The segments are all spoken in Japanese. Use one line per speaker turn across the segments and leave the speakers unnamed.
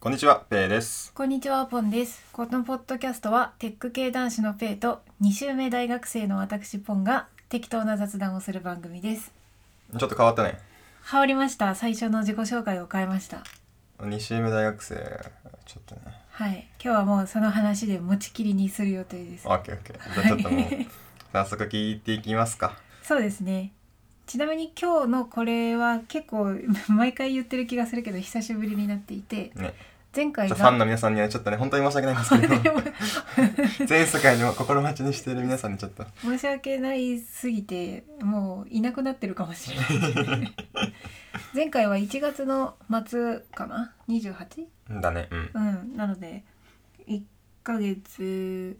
こんにちは、ペイです。
こんにちは、ポンです。このポッドキャストは、テック系男子のペイと、2週目大学生の私、ポンが、適当な雑談をする番組です。
ちょっと変わったね。
羽織りました。最初の自己紹介を変えました。
2週目大学生、ちょっとね。
はい。今日はもうその話で持ちきりにする予定です。
オッケーオッケー。じゃあちょっともう、早速聞いていきますか。
そうですね。ちなみに今日のこれは結構毎回言ってる気がするけど久しぶりになっていて
ね。
前
ちょっ
回
と
が
ファンの皆さんにはちょっとね、本当に申し訳ないんですけ
でも
ど、全世界の心待ちにしている皆さんにちょっと、
申し訳ないすぎてもういなくなってるかもしれない前回は1月の末かな 28?
だね、うん。
うんなので1ヶ月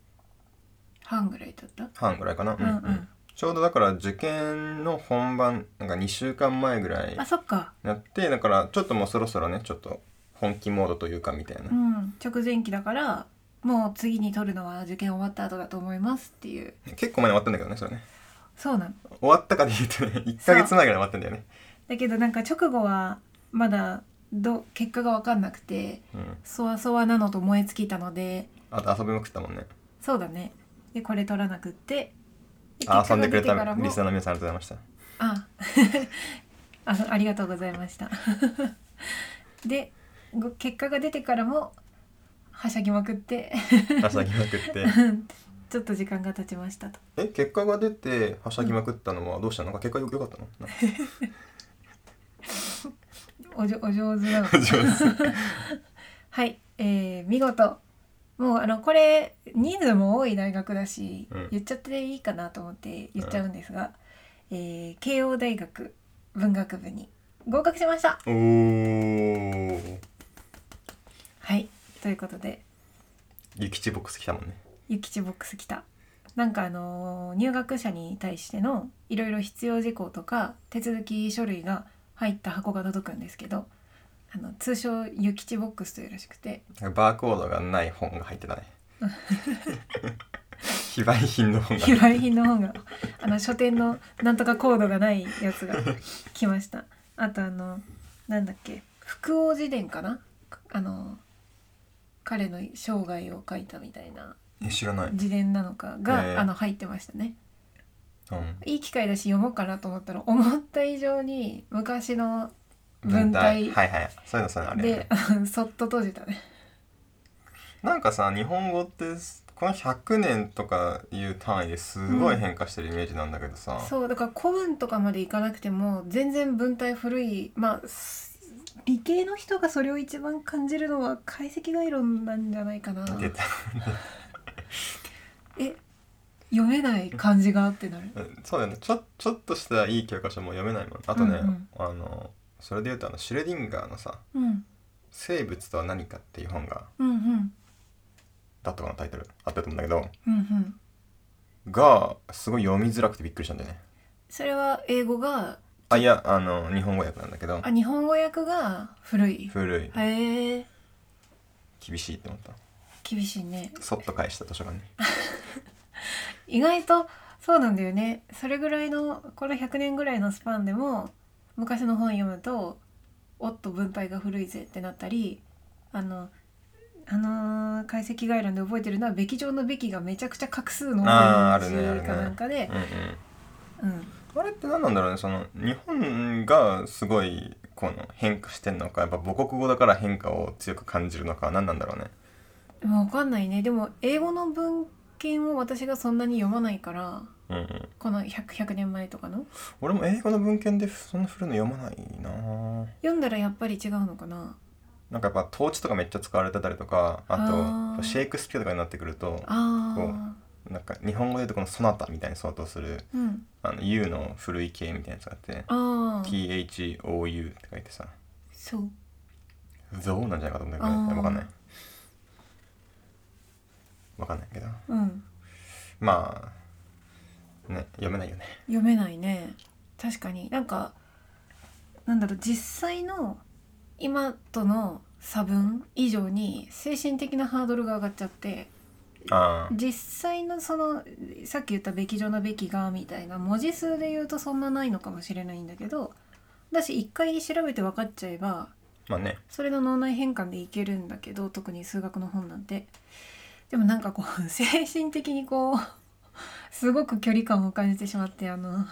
半ぐらい経った
半ぐらいかな。うん、う
うんうん
ん。ちょうどだから受験の本番、なんか2週間前ぐらい
あそっか
やって、だからちょっともうそろそろね、ちょっと本気モードというかみたいな。
うん直前期だからもう次に取るのは受験終わった後だと思いますっていう
結構前に終わったんだけどね、それね。
そうなの
終わったかで言うとね、1ヶ月前ぐらいに終わったんだよね。
だけどなんか直後はまだど結果が分かんなくて
うん。
そわそわなのと燃え尽きたので
あと遊びまくったもんね。
そうだね。でこれ取らなくって。
あ
結
遊
果
ん
が
でく
出
れ
て
た
からも
リスナーの皆さんありがとうございまし
あ あありがとうございました。 でご結果が出てからもはしゃぎまくって
た。はしゃぎまくって。
ちょっと時間が経ちましたと。
え、結果が出てはしゃぎまくったのはどうしたのなんか結果よ良かったのなんか
おじょお上手な の。
上手
はい、えー、見事。もうあのこれ人数も多い大学だし、
うん
言っちゃっていいかなと思って言っちゃうんですが、えー慶応大学文学部に合格しました
おー。
はいということで
ゆきちボックス来たもんね。
諭吉ボックス来たなんかあのー入学者に対してのいろいろ必要事項とか手続き書類が入った箱が届くんですけどあの通称諭吉ボックスというらしくて
バーコードがない本が入ってた ね。非売品の本 が入
非
って
売品の本があの書店のなんとかコードがないやつが来ましたあとあのなんだっけ福王辞典かなあの彼の生涯を書いたみたいな
え知らない。
辞典なのかが、
へー
あの入ってましたね
うん。
いい機会だし読もうかなと思ったら思った以上に昔の文体
はいはい。そういうのそういうのあれ、
で
ね。
そっと閉じたね。
なんかさ、日本語ってこの100年とかいう単位ですごい変化してるイメージなんだけどさ。
そうだから古文とかまでいかなくても全然文体古いまあす理系の人がそれを一番感じるのは解析概論なんじゃないかな。
出た。
え読めない漢字がってなる。
うんそうだよねちょちょっとしたいい教科書も読めないもんあとね、
うんうん
あのそれで言うとあのシュレディンガーのさ
うん
「生物とは何か」っていう本が
うんうん
だったかなタイトルあったと思うんだけど
うんうん。
がすごい読みづらくてびっくりしたんだよね
それは英語が
あいやあの日本語訳なんだけど
あ日本語訳が古い。
古い
へえ
厳しいって思った
厳しいね。
そっと返した図書館に
意外とそうなんだよねそれぐらいのこの100年ぐらいのスパンでも昔の本読むとおっと文体が古いぜってなったりあのあのー解析概論で覚えてるのは「べき上のべき」がめちゃくちゃ画数の
あーあ
多
る
い
ねあるね
かなんかで、
うんうん
うん、
あれって何なんだろうねその日本がすごいこの変化してんのかやっぱ母国語だから変化を強く感じるのか何なんだろうね
分かんないねでも英語の文献を私がそんなに読まないから
うんうん
この 100, 100年前とかの
俺も英語の文献でそんな古いの読まないなぁ
読んだらやっぱり違うのかな
なんかやっぱ統治とかめっちゃ使われてたりとかあ
あ
と
ー
シェイクスピアとかになってくると
あ
なんか日本語で言うとこの「ソナタ」みたいに相当する
あうん
あの U の古い系みたいなやつがあって
ああ
THOU って書いてさ
そう
「ゾウ」なんじゃないかと思うんだけ
あー
ど分かんない分かんないけど
うん
まあね読めないよね
読めないね確かになんかなんだろう実際の今との差分以上に精神的なハードルが上がっちゃって
あー
実際のそのさっき言った「べき上のべきが」みたいな文字数で言うとそんなないのかもしれないんだけどだし一回調べて分かっちゃえば
まあね
それの脳内変換でいけるんだけど特に数学の本なんてでもなんかこう精神的にこうすごく距離感を感じてしまってあの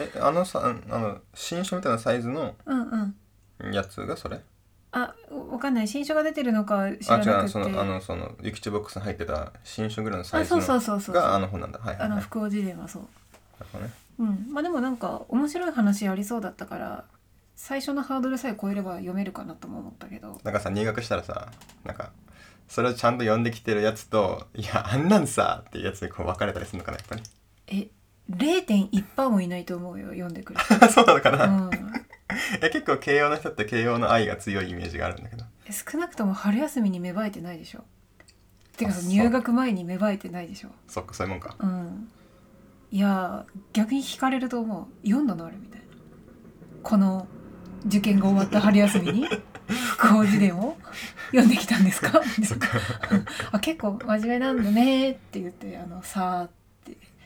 えあのさあの新書みたいなサイズの
うんうん
やつがそれ
あわかんない新書が出てるのか知
あ
ら
違
な
う
くて
そのあのその諭吉ボックスに入ってた新書ぐらいのサ
あ
イズの
そうそうそうそう
があの本なんだはいは
あ
い
の
はい
福王辞典はそう
なるほどね
うんまあでもなんか面白い話ありそうだったから最初のハードルさえ超えれば読めるかなとも思ったけど
なんかさ入学したらさなんかそれをちゃんと読んできてるやつといやあんなんさっていうやつでこう分かれたりするのかなやっぱり
え0.1%もいないと思うよ読ん でくる人、
そうなのか
う
な、
ん、
え結構慶応の人って慶応の愛が強いイメージがあるんだけど
少なくとも春休みに芽生えてないでしょてか
あ
そ
そう
の入学前に芽生えてないでしょ
そっかそういうもんか
うんいやー逆に惹かれると思う読んだのあるみたいなこの受験が終わった春休みに福王辞典を読んできたんですかみ
そ
たい
っ
な
か
あ結構真面目なんだねーって言ってあのさーっ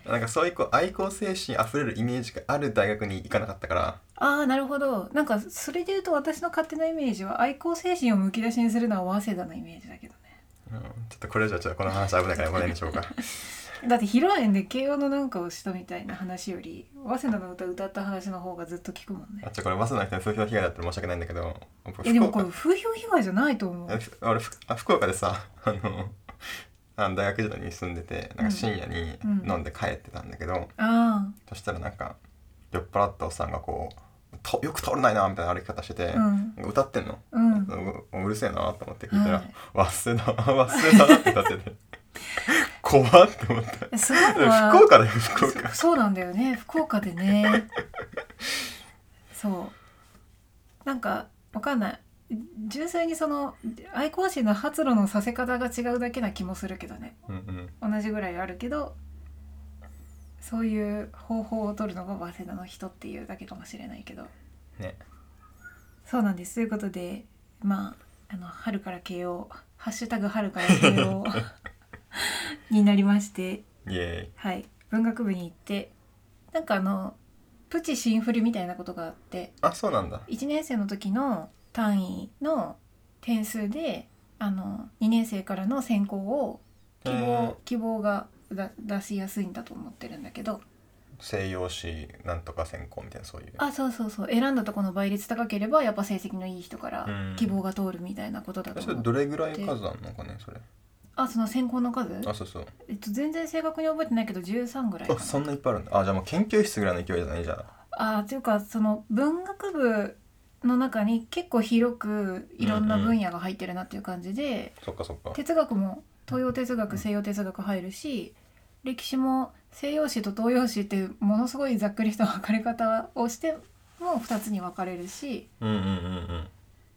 て
なんかそういうこう愛好精神あふれるイメージがある大学に行かなかったから
ああなるほどなんかそれで言うと私の勝手なイメージは愛好精神をむき出しにするのは早稲田のイメージだけどね
うんちょっとこれじゃちょっとこの話危ないからやめないでしょう か
だって披露宴で慶応のなんかをしたみたいな話より早稲田の歌歌った話の方がずっと聞くもんね
あちょこれ早稲田の人に風評被害だったら申し訳ないんだけど僕
いやでもこれ
福
風評被害じゃないと思
岡え
う
ふ俺ふあ福岡でさあのあの大学時代に住んでてなんか深夜に
うん
飲んで帰ってたんだけど、
あ
そしたらなんか酔っ払ったおっさんがこうとよく通らないなみたいな歩き方してて、
あうん
歌ってんの、
うん
ううるせえなと思って聞いたら
はい
「忘れだ忘れだ」って歌ってて 怖っって思った
すごいのは
福岡だよ福岡
そそうなんだよね福岡 でねそうなんかわかんない純粋にその愛好心の発露のさせ方が違うだけな気もするけどね
うんうん
同じぐらいあるけどそういう方法を取るのが早稲田の人っていうだけかもしれないけど
ね
そうなんですということでまああの春から慶応「ハッシュタグ春から 慶応」になりまして
イエーイ
はい、文学部に行ってなんかあのプチ新振りみたいなことがあって
あそうなんだ
1年生の時の単位の点数であの2年生からの選考を希
えー
望希望がだ出しやすいんだと思ってるんだけど
西洋史なんとか専攻みたいなそういう
あそうそうそう選んだとこの倍率高ければやっぱ成績のいい人から
うん
希望が通るみたいなことだと
それ
思う、
どれぐらい数あんのかねそれ
あその選考の数、
あそうそう
えっと、全然正確に覚えてないけど13ぐらいか
あ
な
そんないっぱいあるんだあじゃあもう研究室ぐらいの勢いじゃないじゃあ
あーというかその文学部の中に結構広くいろんな分野が入ってるなっていう感じで、
そっかそっか
哲学も東洋哲学西洋哲学入るし歴史も西洋史と東洋史っていうものすごいざっくりした分かれ方をしても2つに分かれるし
うんうんうん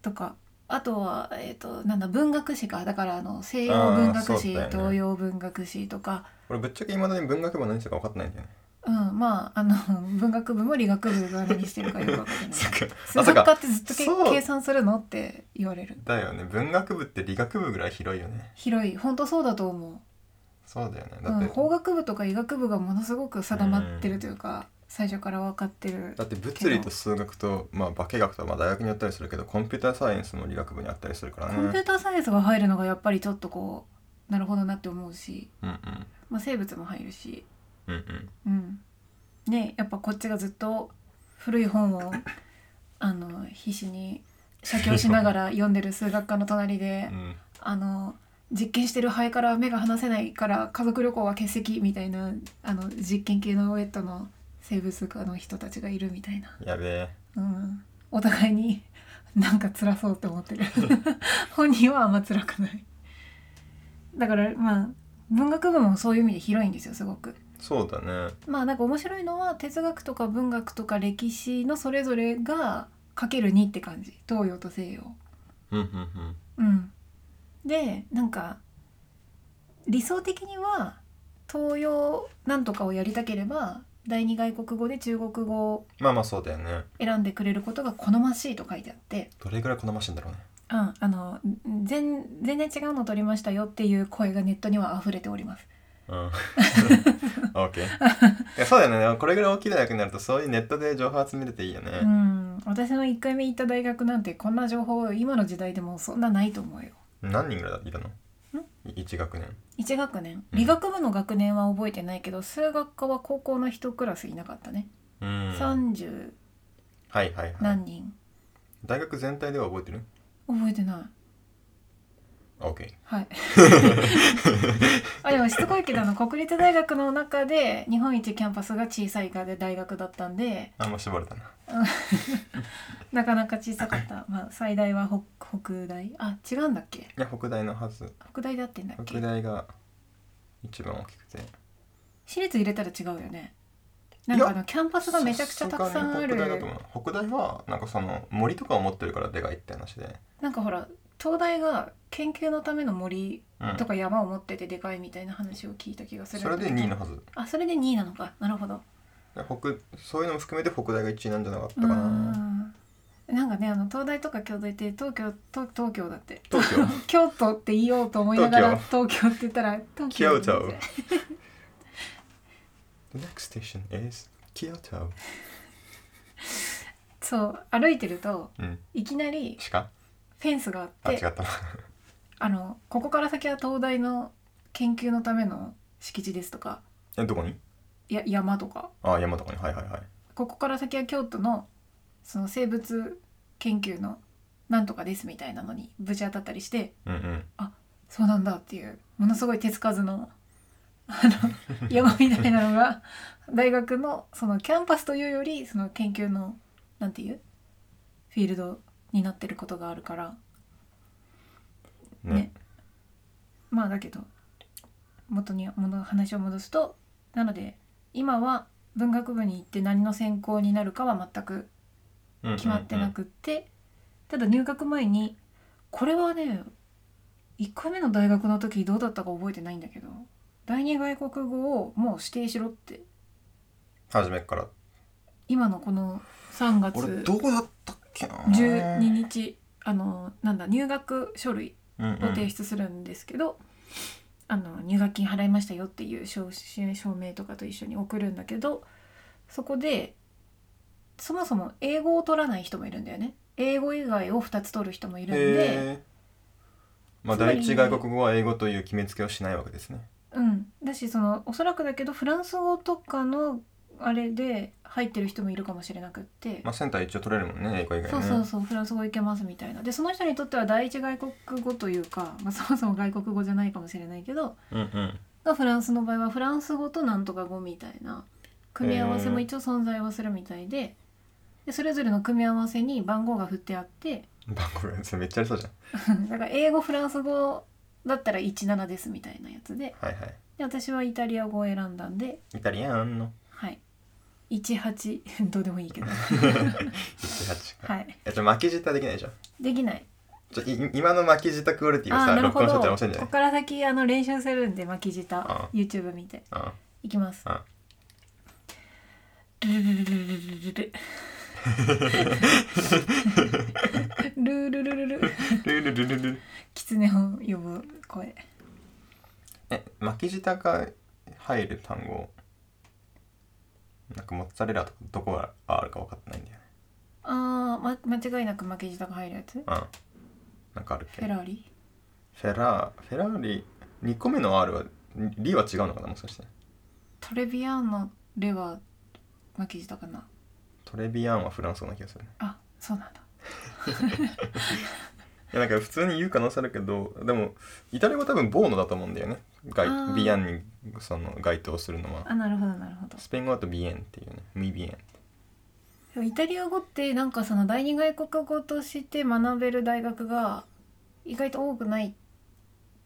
とかあとは、えー、となんだ文学史かだからあの西洋文
あー
学
そう
史、
だよね
東洋文学史とか、
うんれぶっちゃけいまだに文学部は何してるか分かってないんだよね
うん、まああの 文学部も理学部が 何してるかよく分かってない。
そっか
数
あそっか
学科ってずっとけ
そう
計算するのって言われる
だよね文学部って理学部ぐらい広いよね
広い本当そうだと思
そうだよね
う、
だっ
う
て、
ん、法学部とか医学部がものすごく定まってるというか、最初から分かってる
だって物理と数学と、まあ、化学とはまあ大学にあったりするけどコンピューターサイエンスも理学部にあったりするからね
コンピューターサイエンスが入るのがやっぱりちょっとこうなるほどなって思うし、
うん
まあ、生物も入るし
うんうんうん
うんねやっぱこっちがずっと古い本 をあの必死に写経しながら読んでる数学科の隣で
うん
あの実験してる肺から目が離せないから家族旅行は欠席みたいなあの実験系のウェットの生物科の人たちがいるみたいな、
やべえ
うん、お互いに なんか辛そうって思ってる 本人はあんま辛くないだからまあ文学部もそういう意味で広いんですよすごく
そうだね
まあなんか面白いのは哲学とか文学とか歴史のそれぞれがかける2って感じ東洋と西洋
うんうん
うん、でなんか理想的には東洋なんとかをやりたければ第二外国語で中国語を
まあまあそうだよね
選んでくれることが好ましいと書いてあって、
どれぐらい好ましいんだろうね
うん、あのん全全然違うの取りましたよっていう声がネットには溢れております。
うん OK いやそうだよねこれぐらい大きい大学になるとそういうネットで情報集めれていいよね、
うん、私の1回目行った大学なんてこんな情報今の時代でもそんなないと思うよ
何人ぐらいいたのい一学年
1学年
うん
理学部の学年は覚えてないけど数学科は高校の1クラスいなかったね、
うんはい
30
はいはい
何人
大学全体では覚えてる
覚えてない
あ ?OK
はいあでもしつこいけどあの国立大学の中で日本一キャンパスが小さいかで大学だったんで
あんまあ絞れたな
なかなか小さ かった、まあ、最大は北北大あ違うんだっけ
いや北大のはず
北大だってんだっけ
北大が一番大きくて
私立入れたら違うよねなんかあのキャンパスがめちゃくちゃたくさんある
さすがに北大だと思う北大はなんかその森とかを持ってるからでかいって話で、
なんかほら東大が研究のための森
うん
とか山を持っててでかいみたいな話を聞いた気がするん
それ
だけど
で2位のはず
あそれで2位なのかなるほど
で北そういうのも含めて北大が1位なんじゃなかった
う
か
ん
な
なんかねあの東大とか京大って東京東東京だって
東京
京都って言おうと思いながら東京って言ったら東
京
京
都 The next station is Kyoto
そう歩いてると
うん
いきなり
鹿
フェンスがあっ
あ違
て
ったな
あのここから先は東大の研究のための敷地ですとか
えどこに
や山とか
あ山とかにはいはいはい
ここから先は京都のその生物研究のなんとかですみたいなのにぶち当たったりして
うんうん
そうなんだっていうものすごい手つかずのあの山みたいなのが大学のそのキャンパスというよりその研究のなんていうフィールドになってることがあるから
ね
ねまあだけど元に戻話を戻すとなので今は文学部に行って何の専攻になるかは全く
うんうんうん
決まってなくって、ただ入学前にこれはね1回目の大学の時どうだったか覚えてないんだけど第二外国語をもう指定しろって
初めから
今のこの3月
俺どうだったっけな
12日あのなんだ入学書類
うん
を提出するんですけど、あの入学金払いましたよっていう証証明とかと一緒に送るんだけどそこでそもそも英語を取らない人もいるんだよね英語以外を2つ取る人もいるんで、
へえまあ
つまり
第一外国語は英語という決めつけをしないわけですね
うん、だしそのおそらくだけどフランス語とかのあれで入ってる人もいるかもしれなくって、
まあセンター一応取れるもんね英語以外
そ
ね
うそうそうフランス語いけますみたいなでその人にとっては第一外国語というか、まあ、そもそも外国語じゃないかもしれないけど
うんうん
がフランスの場合はフランス語となんとか語みたいな組み合わせも一応存在はするみたいで,、でそれぞれの組み合わせに番号が振ってあって
番号がそれめっちゃありそうじゃん
だから英語フランス語だったら17ですみたいなやつで
はいはい
で私はイタリア語を選んだんで
イタリアンの
はい18 どうでも いいけど
18か、
はい
えじゃあ巻き舌できないじゃん
できない
ちょい今の巻き舌クオリティを
ああ
さ
なる
録
ほ
音
ど
しちゃったら
こ
面白いんじゃ
こ
ない
から先あの練習するんで
あ
巻き舌 YouTube 見て
あ
いきます
あ
ルルルルルルルルルルルルル
ルルルルル
狐を呼ぶ声
え巻き舌が入る単語なんかモッツァレラとかどこがあるか分かってないんだよね
あー、ま、間違いなく負け舌が入るやつフ
うんなんかあるっけ
ェラーリ
フェラーフェラーリ2個目の R はリは違うのかなもしかして
トレビアンのレは負け舌かな
トレビアンはフランス語な気がするね
あそうなんだ
いやなんか普通に言う可能性あるけどでもイタリア語は多分ボーノだと思うんだよねガ
あー
イビアンにその該当するのは
あなるほどなるほど
スペイン語だとビエンっていうねミビエン
でもイタリア語ってなんかその第二外国語として学べる大学が意外と多くないっ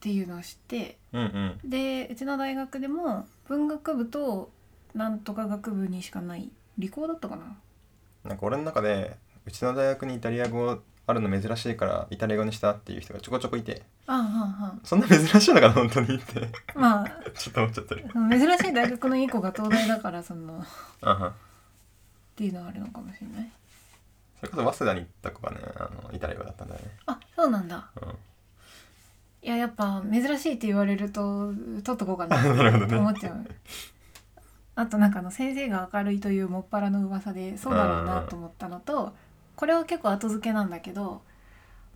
ていうのを知って
うんうん
でうちの大学でも文学部となんとか学部にしかない理工だったかな
なんか俺の中でうちの大学にイタリア語あるの珍しいからイタリア語にしたっていう人がちょこちょこいて
ああは
そんな珍しいのかな本当にって
あはあまあ
ちょっと思っちゃってる
その珍しい大学のいい子が東大だからそのっ
あは
ていうのはあるのかもしれない
それこそ早稲田に行った子がねあのイタリア語だったんだよね
あそうなんだ
う
いややっぱ珍しいって言われると取っとこうかな
ん なるほどね
と思っちゃうあとなんかあの先生が明るいというもっぱらの噂でそうだろうなと思ったのとこれは結構後付けなんだけど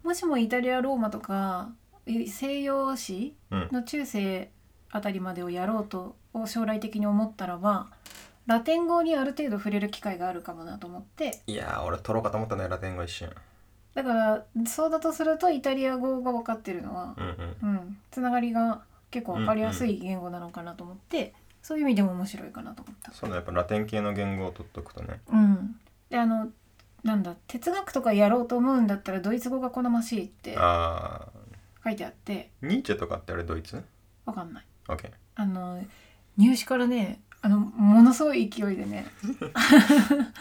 もしもイタリアローマとかえ西洋史
うん
の中世あたりまでをやろうとを将来的に思ったらばラテン語にある程度触れる機会があるかもなと思って
いやー俺取ろうかと思ったんだよラテン語一瞬
だからそうだとするとイタリア語が分かってるのは
うんうん
うん、つながりが結構分かりやすい言語なのかなと思って、そういう意味でも面白いかなと思った。
そうだやっぱラテン系の言語を取っとくとね
うん、であのなんだ哲学とかやろうと思うんだったらドイツ語が好ましいって
あ
書いてあって
ーニーチェとかってあれドイツ
分かんない。
?OK
あの入試からねあのものすごい勢いでね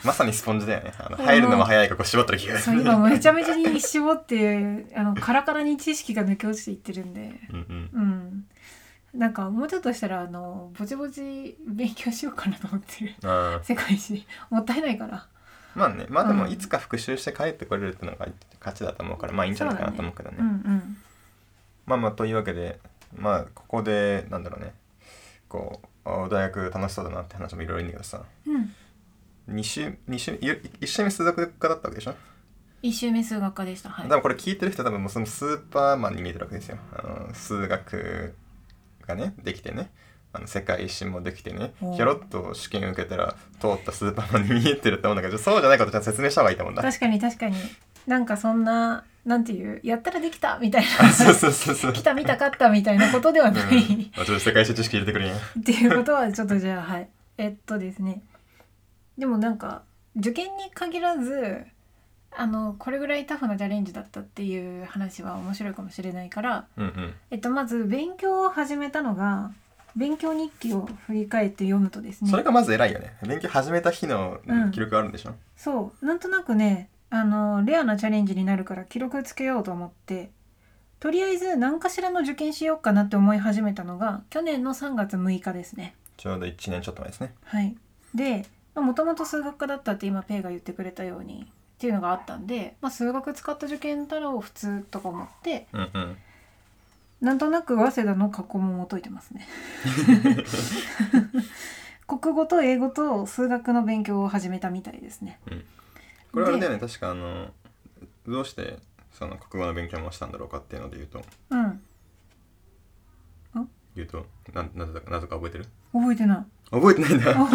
まさにスポンジだよねあの
そう
入るのも早いからこう絞ってる気がす
そう
る
今めちゃめちゃに絞ってあのカラカラに知識が抜け落ちていってるんで
うんうん
うんなんかもうちょっとしたらあのぼちぼち勉強しようかなと思ってる
あー
世界史もったいないから。
まあねまあで
う
も
ん
いつか復習して帰ってこれるってのが勝ちだと思うからまあいいんじゃないかなと思うけどね
うんうん
まあまあというわけでまあここでなんだろうねこうあー大学楽しそうだなって話もいろいろいるんだけどさ
うん、
2週二週1週目数学科だったわけでしょ、
1周目数学科でしたはい
多分これ聞いてる人は多分もうそのスーパーマンに見えてるわけですよあの数学がねできてねあの世界一周もできてね
おう
ひょろっと試験受けたら通ったスーパーマンに見えてると思うんだけどそうじゃないことちゃんと説明した方がいいと思うんだ
確かに確かになんかそんななんていうやったらできたみたい
あ そう
な
そうそうそう
来た見たかったみたいなことでは
うん
な
あ
い、
ちょっと世界史知識入れてくれんや
っていうことはちょっとじゃあはいえっとですねでもなんか受験に限らずあのこれぐらいタフなチャレンジだったっていう話は面白いかもしれないから、
うんうん
えっと、まず勉強を始めたのが勉強日記を振り返って読むとですね
それがまず偉いよね勉強始めた日の
うん
記録あるんでしょ、
そうなんとなくねあのレアなチャレンジになるから記録つけようと思ってとりあえず何かしらの受験しようかなって思い始めたのが去年の3月6日ですね。
ちょうど1年ちょっと前ですね
はい、でもともと数学科だったって今ペイが言ってくれたようにっていうのがあったんで、まあ、数学使った受験たらを普通とか思って
うんうん
なんとなく早稲田の過去問を解いてますね。国語と英語と数学の勉強を始めたみたいですね。
これはあれだよね確かあのどうしてその国語の勉強もしたんだろうかっていうので言うと
うん
言うとなんなぜだかなぜか覚えてる
覚えてない。
覚えてない ん
お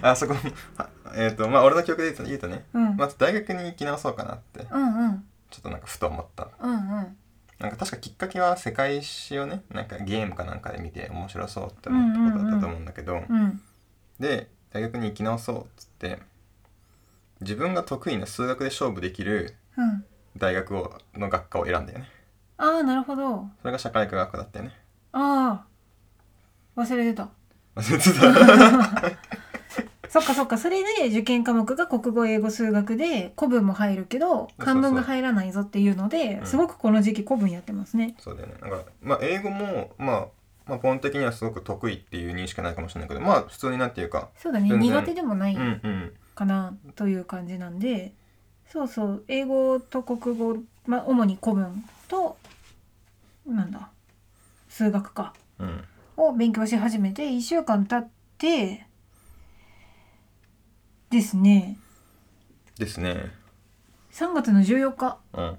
だあそこあえっ、とまあ俺の記憶で言うと言うとね
うん、
まず大学に行き直そうかなって
うんうん
ちょっとなんかふと思った
うんうん
なんか確かきっかけは世界史をねなんかゲームかなんかで見て面白そうって思ったことだったと思うんだけど、
うん
で大学に行き直そうっつって自分が得意な数学で勝負できる
うん
大学をの学科を選んだよね
ああなるほど
それが社会科学科だったよね
ああ忘れてた
忘れて
そっかそっかそれで受験科目が国語英語数学で古文も入るけど
そう
漢文が入らないぞっていうので
うん
すごくこの時期古文やってますね
たそうだよねだからまあ英語もまあまあ、本的にはすごく得意っていう認識はないかもしれないけどまあ普通になんていうか
そうだね
全然
苦手でもな
う
い
んうん
かなという感じなんでそうそう英語と国語まあ主に古文となんだ数学か
うん
を勉強し始めて1週間経ってですね
ですね
3月の14日
うん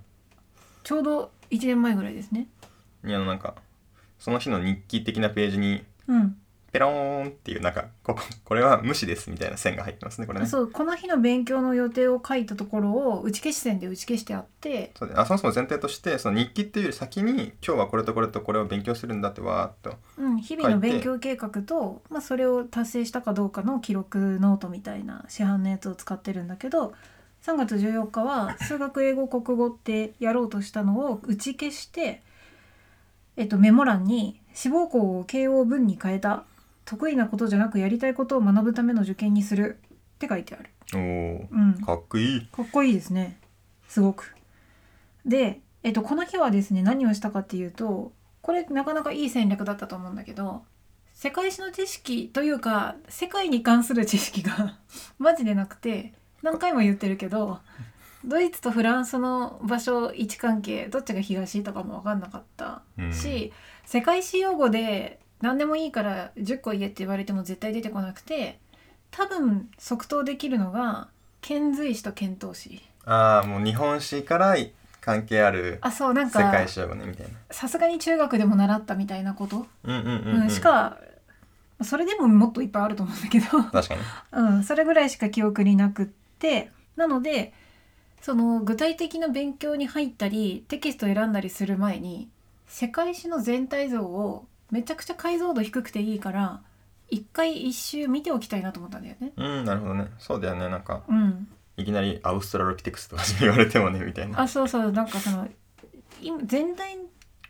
ちょうど1年前ぐらいですね
いやなんかその日の日記的なページに
うん、
ペローンっていうなんかこここれは無視ですみたいな線が入ってますねこれね
そうこの日の勉強の予定を書いたところを打ち消し線で打ち消してあって
そうだよあそもそも前提としてその日記っていうより先に今日はこれとこれとこれを勉強するんだってわーっと
うん、日々の勉強計画と、まあ、それを達成したかどうかの記録ノートみたいな市販のやつを使ってるんだけど3月14日は数学英語国語ってやろうとしたのを打ち消して、えっと、メモ欄に志望校を慶応文に変えた得意なことじゃなくやりたいことを学ぶための受験にするって書いてある。
おー
うん、
かっこいい
かっこいいですねすごく。で、えっと、この日はですね何をしたかっていうとこれなかなかいい戦略だったと思うんだけど世界史の知識というか世界に関する知識が マジでなくて何回も言ってるけどドイツとフランスの場所位置関係どっちが東とかも分かんなかった
うん
し、世界史用語で何でもいいから10個言えって言われても絶対出てこなくて多分即答できるのが遣隋使と遣唐使
ああもう日本史から関係ある
あそうなん
世界
か
史だよねみたいな
さすがに中学でも習ったみたいなこと、
うんうん
う
うんん、うん、
しかそれでももっといっぱいあると思うんだけど、
確かに
うん、それぐらいしか記憶になくってなのでその具体的な勉強に入ったりテキスト選んだりする前に世界史の全体像をめちゃくちゃ解像度低くていいから一回一周見ておきたいなと思ったんだよね。
うんなるほどねそうだよねなんか
うん、
いきなりアウストラロピテクスとか言われてもねみたいな
あそうそうなんかその今全体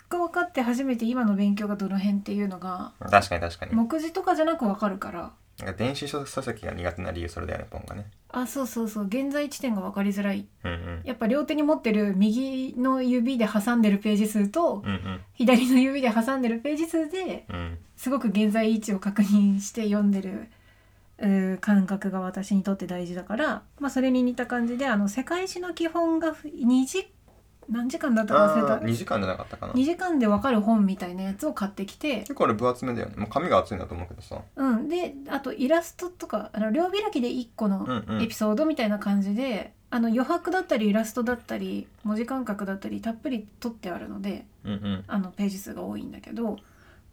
が分かって初めて今の勉強がどの辺っていうのが
確かに確かになん
目次とかじゃなく分かるから
か電子書籍が苦手な理由それだよねポンがね
あそうそうそう現在地点が分かりづらい
うんうん
やっぱ両手に持ってる右の指で挟んでるページ数と
うんうん
左の指で挟んでるページ数で
うん
すごく現在位置を確認して読んでるうー感覚が私にとって大事だから、まあ、それに似た感じであの世界史の基本が2時何時間だったか忘れ
あ
た
ー2時間じゃなかったかな
2時間でわかる本みたいなやつを買ってきて、
結構あれ分厚めだよねもう紙が厚いんだと思うけどさ
うん、であとイラストとかあの両開きで1個
うん
の
うん
エピソードみたいな感じで、あの余白だったりイラストだったり文字間隔だったりたっぷり取ってあるので
うんうん
あのページ数が多いんだけど、ま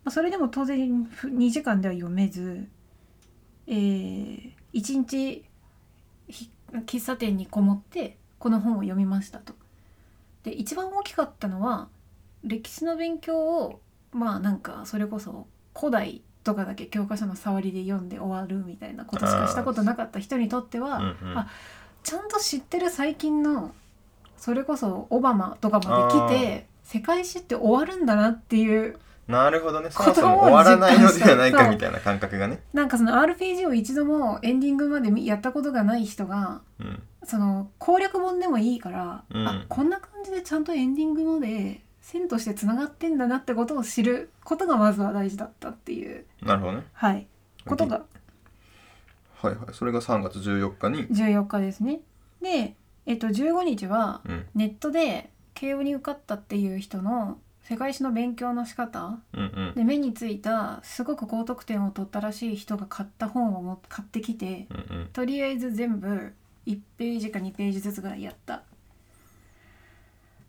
あ、それでも当然ふ2時間では読めず、えー、1日ひ喫茶店にこもってこの本を読みましたと。で一番大きかったのは歴史の勉強をまあなんかそれこそ古代とかだけ教科書の触りで読んで終わるみたいなことしかしたことなかった人にとっては、
うんうん
あちゃんと知ってる最近のそれこそオバマとかまで来て世界史って終わるんだなっていう
なるほどねそ
子供
も
を
そも終わらないのではない
実感した
か
そう
みたいな感覚がね
なんかその RPG を一度もエンディングまでやったことがない人が
うん
その攻略本でもいいから、
うん
あこんな感じでちゃんとエンディングまで線としてつながってんだなってことを知ることがまずは大事だったっていう、
なるほどね
はい、ことが
はいはいそれが3月14日に
14日ですね。で、えっと、15日は
うん
ネットで慶応に受かったっていう人の世界史の勉強の仕方
うんうん
で目についたすごく高得点を取ったらしい人が買った本をも買ってきて
うんうん
とりあえず全部1ページか2ページずつぐらいやった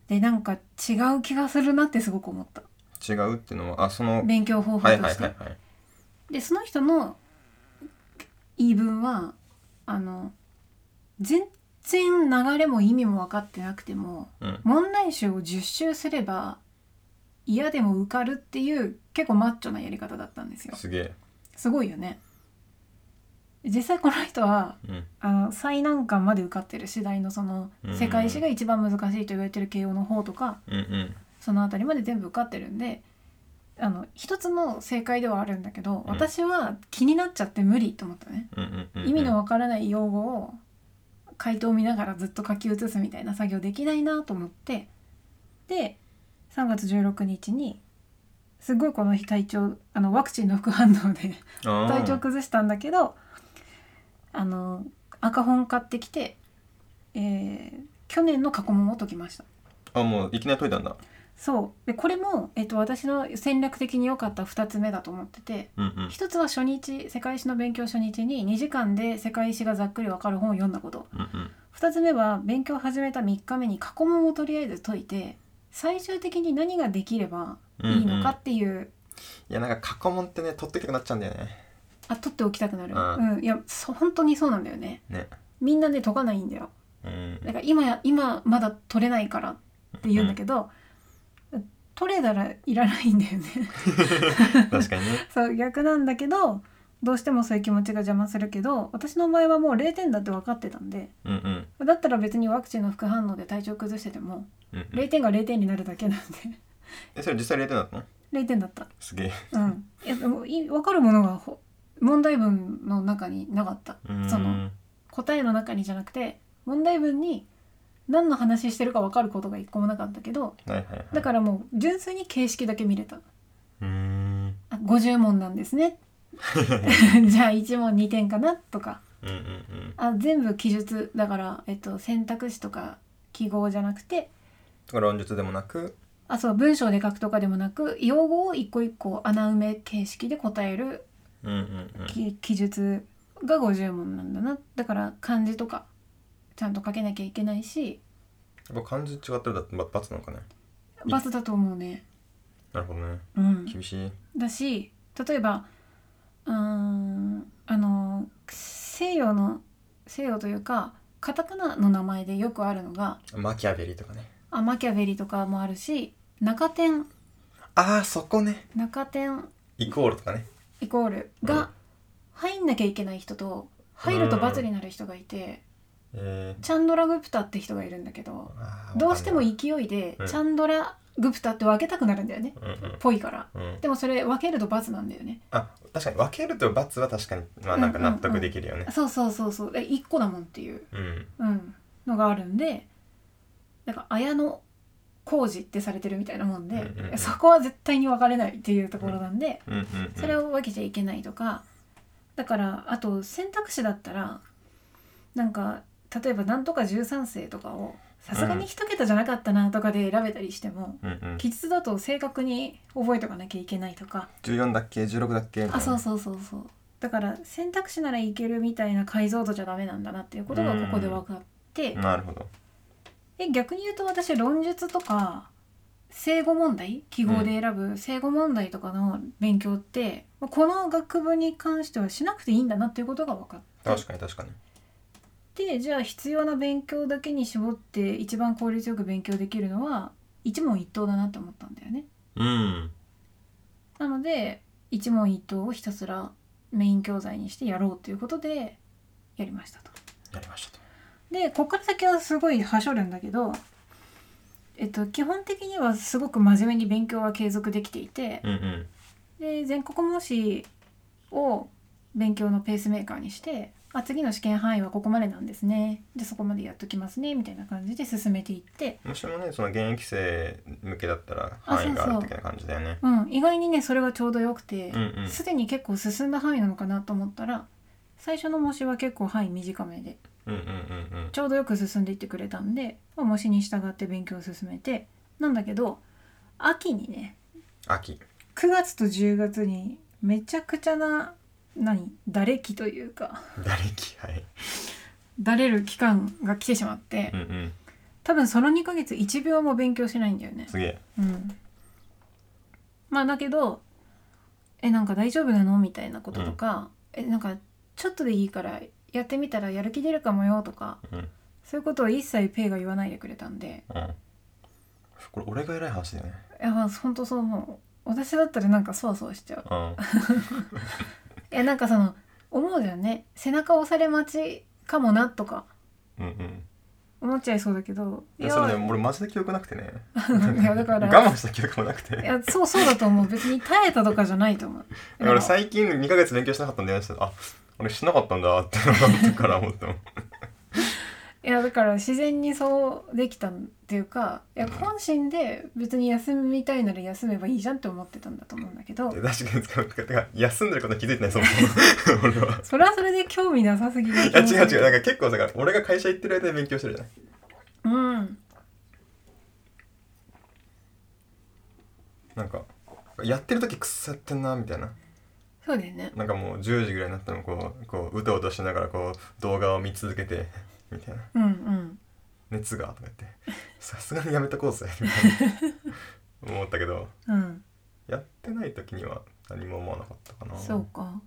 でなんか違う気がするなってすごく思った
違うっていうのはあその
勉強方法と
は
し
い
て、
はいはいはい
でその人の言い分はあの全然流れも意味も分かってなくても
うん
問題集を10周すれば嫌でも受かるっていう結構マッチョなやり方だったんですよ
すげえ
すごいよね実際この人は
うん
あの最難関まで受かってる次第のその
うん
世界史が一番難しいと言われてる慶応の方とか
うんうん
その辺りまで全部受かってるんであの一つの正解ではあるんだけど
うん
私は気になっちゃって無理と思ったね
うんうんうんうん
意味のわからない用語を回答を見ながらずっと書き写すみたいな作業できないなと思ってで3月16日にすごいこの日体調あのワクチンの副反応で
あー
体調崩したんだけどあの赤本買ってきて、えー去年の過去問を解きました。
あもういきなり解いたんだ
そうでこれも、えっと、私の戦略的に良かった2つ目だと思ってて、
うんうん
一つは初日世界史の勉強初日に2時間で世界史がざっくりわかる本を読んだこと
うんうん
2つ目は勉強を始めた3日目に過去問をとりあえず解いて最終的に何ができればいいのかっていう、
いやなんか過去問ってね取ってきたくなっちゃうんだよね
あ取っておきたくなる、
うん
うん、いやそ本当にそうなんだよね
ね
みんなね解かないんだよ
うん
だから今や今まだ取れないからって言うんだけど、取れたらいらないんだよね
確かにね
そう逆なんだけどどうしてもそういう気持ちが邪魔するけど私の場合はもう0点だって分かってたんで
うんうん
だったら別にワクチンの副反応で体調崩してても
うんうん
0点が0点になるだけなん
えそれ実際0点だったの
で0点だった
すげえ
うんいやでもい分かるものがほ問題文の中になかった
うん
その答えの中にじゃなくて問題文に何の話してるか分かることが一個もなかったけど
はいはいはい
だからもう純粋に形式だけ見れた
うーん
あ50問なんです ねじゃあ1問2点かなとか
うんうんうん
あ全部記述だから、えっと、選択肢とか記号じゃなくて
だから論述でもなく
あそう文章で書くとかでもなく用語を一個一個穴埋め形式で答える
うんうんうん
き記述が50問なんだなだから漢字とかちゃんと書けなきゃいけないし
やっぱ漢字違ってるだってば罰なんかね
バツだと思うね。
なるほどね
うん、
厳しい
だし例えばうーんあの西洋の西洋というかカタカナの名前でよくあるのが
マキャベリとかね
あマキャベリとかもあるし中点
ああそこね
中点
イコールとかね
イコールが入んなきゃいけない人と入ると罰になる人がいて、
えー
チャンドラ・グプタって人がいるんだけど
あー
どうしても
わかん
勢いで
うん
チャンドラ・グプタって分けたくなるんだよね、
ないうん
ぽいから。
うんうん
でもそれ分けると罰なんだよね。
あ確かに分けると罰は確かにまあなんか納得できるよね
そうそうそうそう。え、一個だもんっていう。
うん
うん、のがあるんでなんか綾野工事ってされてるみたいなもんで、
うんうんうん
そこは絶対に分かれないっていうところなんで、
うんうんうん
それを分けちゃいけないとかだからあと選択肢だったらなんか例えば「なんとか13世」とかをさすがに一桁じゃなかったなとかで選べたりしても、
うんうん
記述だと正確に覚えとかなきゃいけないとか、
14だっけ16だっけみたいな
あそうそうそうそうだから選択肢ならいけるみたいな解像度じゃダメなんだなっていうことがここで分かって。
なるほど
え逆に言うと私論述とか正語問題記号で選ぶ正語問題とかの勉強って、まあこの学部に関してはしなくていいんだなっていうことが分かって
確かに確かに
でじゃあ必要な勉強だけに絞って一番効率よく勉強できるのは一問一答だなって思ったんだよね。
うん
なので一問一答をひたすらメイン教材にしてやろうということでやりましたと。
やりましたと
でこっから先はすごいはしょるんだけど、えっと、基本的にはすごく真面目に勉強は継続できていて
うんうん
で全国模試を勉強のペースメーカーにしてあ次の試験範囲はここまでなんですねでそこまでやっときますねみたいな感じで進めていって、
もしもねその現役生向けだったら範囲がある的な感じだよね
うん、意外にねそれはちょうどよくて
うんうん
すで、に結構進んだ範囲なのかなと思ったら最初の模試は結構範囲短めで
うんうんうんうん
ちょうどよく進んでいってくれたんで、まあ、模試に従って勉強を進めてなんだけど秋にね
秋
9月と10月にめちゃくちゃな何だれ期というか
誰気配
だれる期間が来てしまって
うんうん
多分その2ヶ月1秒も勉強しないんだよね。
すげえ
うん、まあだけどえなんか大丈夫なのみたいなこととか、えなんかちょっとでいいからやってみたらやる気出るかもよとか
うんうん
そういうことを一切ペイが言わないでくれたんで
これ俺が偉い話だよね
いや本当そう思う私だったらなんかそわそわしちゃう
うん
いやなんかその思うじゃんね背中押され待ちかもなとか
うんうん
思っちゃいそうだけど
いやそれね俺マジで記憶なくてね
いやだから
我慢した記憶もなくて
いやそうそうだと思う別に耐えたとかじゃないと 思う
いや俺最近2ヶ月勉強しなかったんだよねあ俺しなかったんだってなってから思ったもん
いやだから自然にそうできたっていうかいや本心で別に休みたいなら休めばいいじゃんって思ってたんだと思うんだけど
いや確かに使うてか休んでることに気づいてないそもそも俺は
それはそれで興味なさすぎる
いや違う違うなんか結構だから俺が会社行ってる間に勉強してるじゃない
うん
なんかやってる時くっそやってんなみたいな
そうだよね
なんかもう10時ぐらいになったのこうこううとうとしながらこう動画を見続けて みたいな
うんうん
熱がとか言って さすがにやめとこうぜみたいな 思ったけど
うん
やってない時には何も思わなかったかな
そうか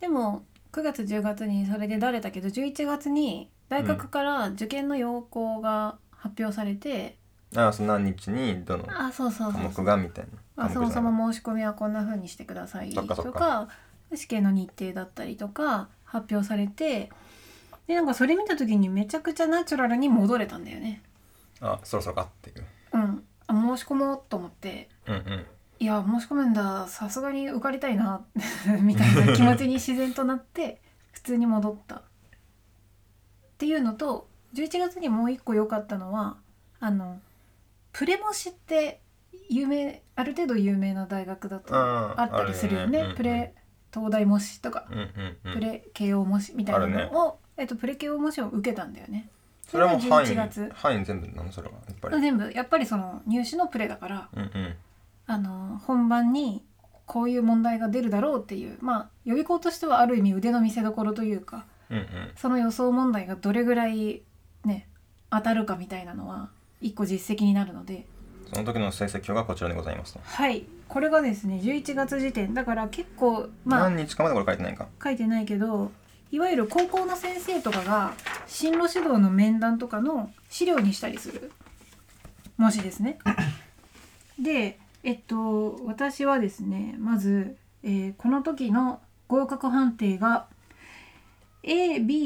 でも9月10月にそれでだれたけど11月に大学から受験の要項が発表されて、
ああその何日にどの
あそうそう
科
そう
目がみたいな
あ
科
そ
目
も
じゃ
そ
ない
も申し込みはこんな風にしてください
そっ
と
か
か
そっか
試験の日程だったりとか発表されてでなんかそれ見た時にめちゃくちゃナチュラルに戻れたんだよね。
あそろそろかっていう
うん、あ申し込もうと思って
うんうん
いや申し込むんださすがに受かりたいな みたいな気持ちに自然となって 普通に戻った。っていうのと11月にもう一個良かったのはあのプレ模試って有名ある程度有名な大学だと
あ
あったりするよね
あるよね
プレ東大模試とか、
うんうんうん
プレ慶応模試みたいな
あるね
のを、えっと、プレ慶応模試を受けたんだよね
それはもう範
11
囲
月
範囲全部なのそれはやっぱり
全部やっぱりその入試のプレだから
うんうん
あの本番にこういう問題が出るだろうっていうまあ予備校としてはある意味腕の見せ所というか
うんうん
その予想問題がどれぐらいね当たるかみたいなのは一個実績になるので
その時の成績表がこちらでございますと、
はいこれがですね11月時点だから結構まあ
何日かまでこれ書いてないんか
書いてないけどいわゆる高校の先生とかが進路指導の面談とかの資料にしたりするもしですね。でえっと私はですねまず、えーこの時の合格判定が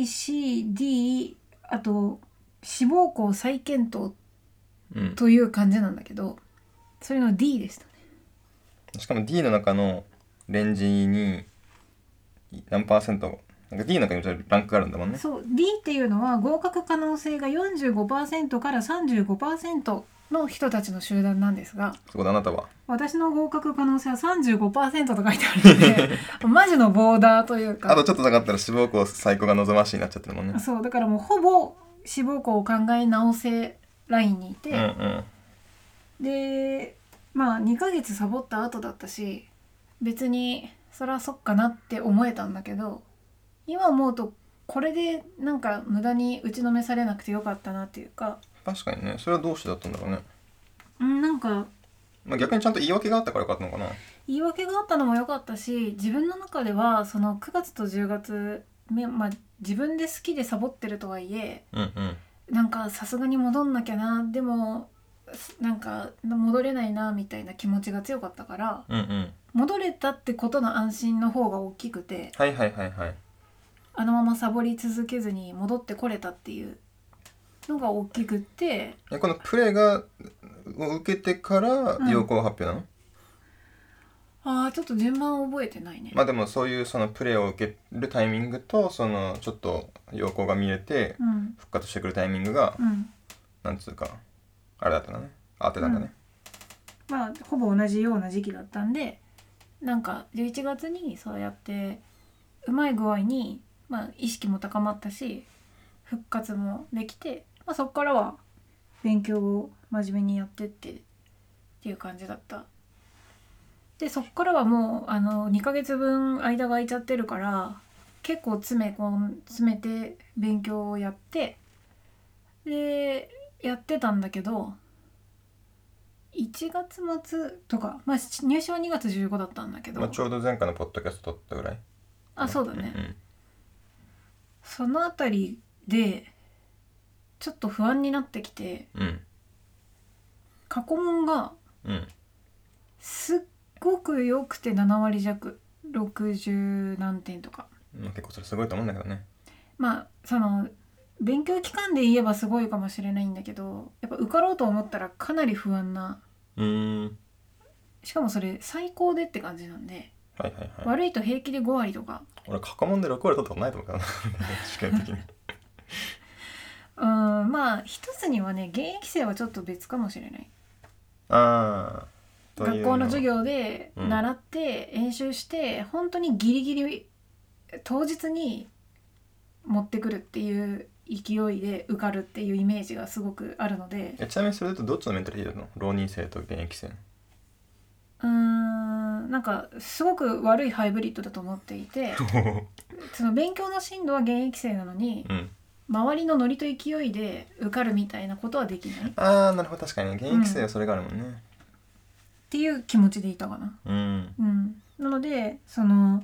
ABCD あと志望校再検討
うん
という感じなんだけどそれの D でしたね。
しかも D の中のレンジに何パーセントなんか D の中にもランクがあるんだもんね
そう D っていうのは合格可能性が45%から35%の人たちの集団なんですが
そこであなたは
私の合格可能性は35%と書いてあるの でマジのボーダーというか
あとちょっと下がったら志望校最高が望ましいになっちゃってるもんね
そうだからもうほぼ志望校を考え直せラインにいて、
うんうん
でまあ2ヶ月サボった後だったし別にそりゃそっかなって思えたんだけど今思うとこれでなんか無駄に打ちのめされなくてよかったなっていうか
確かにねそれはどうしてだったんだろうね、
うんなんか
まあ、逆にちゃんと言い訳があったからよかったのかな
言い訳があったのも良かったし自分の中ではその9月と10月め、まあ、自分で好きでサボってるとはいえ
うんうん
なんかさすがに戻んなきゃなでもすなんか戻れないなみたいな気持ちが強かったから
うんうん
戻れたってことの安心の方が大きくて
はいはいはいはい
あのままサボり続けずに戻ってこれたっていうのが大きくって
えこのプレーがを受けてから
うん
要項発表なの、
あーちょっと順番覚えてないね。
まあでもそういうそのプレーを受けるタイミングとそのちょっと要項が見れて
うん
復活してくるタイミングが
うん
なんつうかあれだったのね当てたんだね、
まあほぼ同じような時期だったんでなんか11月にそうやってうまい具合に、まあ、意識も高まったし復活もできて、まあ、そこからは勉強を真面目にやってってっていう感じだった。でそこからはもうあの2ヶ月分間が空いちゃってるから結構詰めこん詰めて勉強をやってでやってたんだけど1月末とか、まあ、し入試は2月15だったんだけど、
まあ、ちょうど前回のポッドキャスト撮ったぐらい
あそうだね、
んん
そのあたりでちょっと不安になってきて
うん
過去問が
うん
すっごく良くて7割弱60何点とか
まあ結構それすごいと思うんだけどね
まあその勉強期間で言えばすごいかもしれないんだけどやっぱ受かろうと思ったらかなり不安な
うーん
しかもそれ最高でって感じなんで、
はいはいはい
悪いと平気で5割とか
俺過去問で6割取ったことないと思うからな試験的に
うーんまあ一つにはね現役生はちょっと別かもしれない
ああ
学校の授業で
うん
習って演習して、本当にギリギリ当日に持ってくるっていう勢いで受かるっていうイメージがすごくあるので
えちなみにそれだとどっちのメンタリティだの浪人生と現役生
うーんなんかすごく悪いハイブリッドだと思っていてその勉強の進度は現役生なのに
うん
周りのノリと勢いで受かるみたいなことはできないっ
ああなるほど確かにね現役生はそれがあるもんね
ていう気持ちでいたかな。
うん
うん、なのでその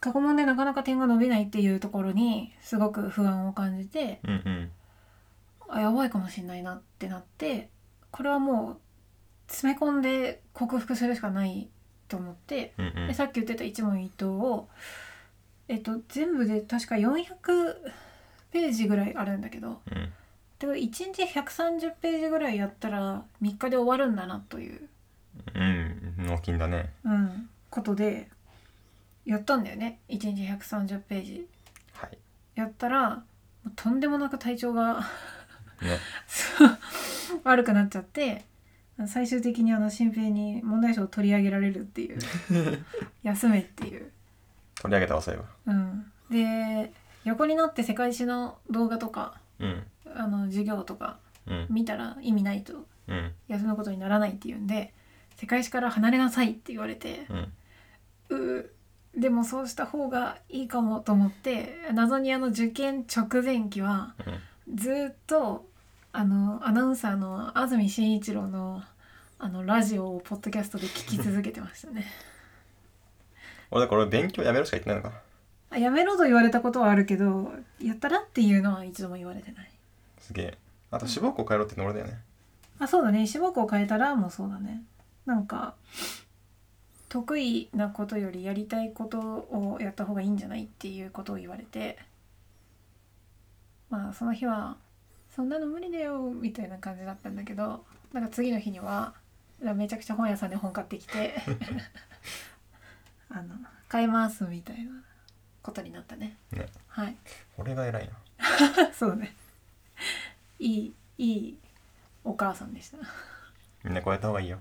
過去問でなかなか点が伸びないっていうところにすごく不安を感じて
うんうん
あやばいかもしれないなってなってこれはもう詰め込んで克服するしかないと思って
うんう
で
ん
さっき言ってた一問一答を、えっと、全部で確か400ページぐらいあるんだけど
うん
で1日130ページぐらいやったら3日で終わるんだなという、
うん納金だね
うん、ことでやったんだよね1日130ページ。
はい
やったらもうとんでもなく体調が
ね
そう 悪くなっちゃって最終的にあの新平に問題書を取り上げられるっていう休めっていう、
取り上げたわそういえば
うん、で横になって世界史の動画とか
うん
あの授業とか
うん
見たら意味ないと
うん
休むことにならないっていうんで世界史から離れなさいって言われて
うん
うーでもそうした方がいいかもと思って謎にあの受験直前期は
うん
ずーっとあのアナウンサーの安住紳一郎のあのラジオをポッドキャストで聞き続けてましたね
俺だから俺勉強やめろしか言ってないのか
あやめろと言われたことはあるけどやったらっていうのは一度も言われてない
すげえあと志望校変えろって言うの俺だよね
あそうだね種目を変えたらもうそうだねなんか得意なことよりやりたいことをやった方がいいんじゃないっていうことを言われてまあその日は「そんなの無理だよ」みたいな感じだったんだけどなんか次の日にはめちゃくちゃ本屋さんで本買ってきてあの買いますみたいなことになったね。
ね
はい
俺が偉いな
そうね。いい、いいお母さんでした。
みんなこうやった方がいいよ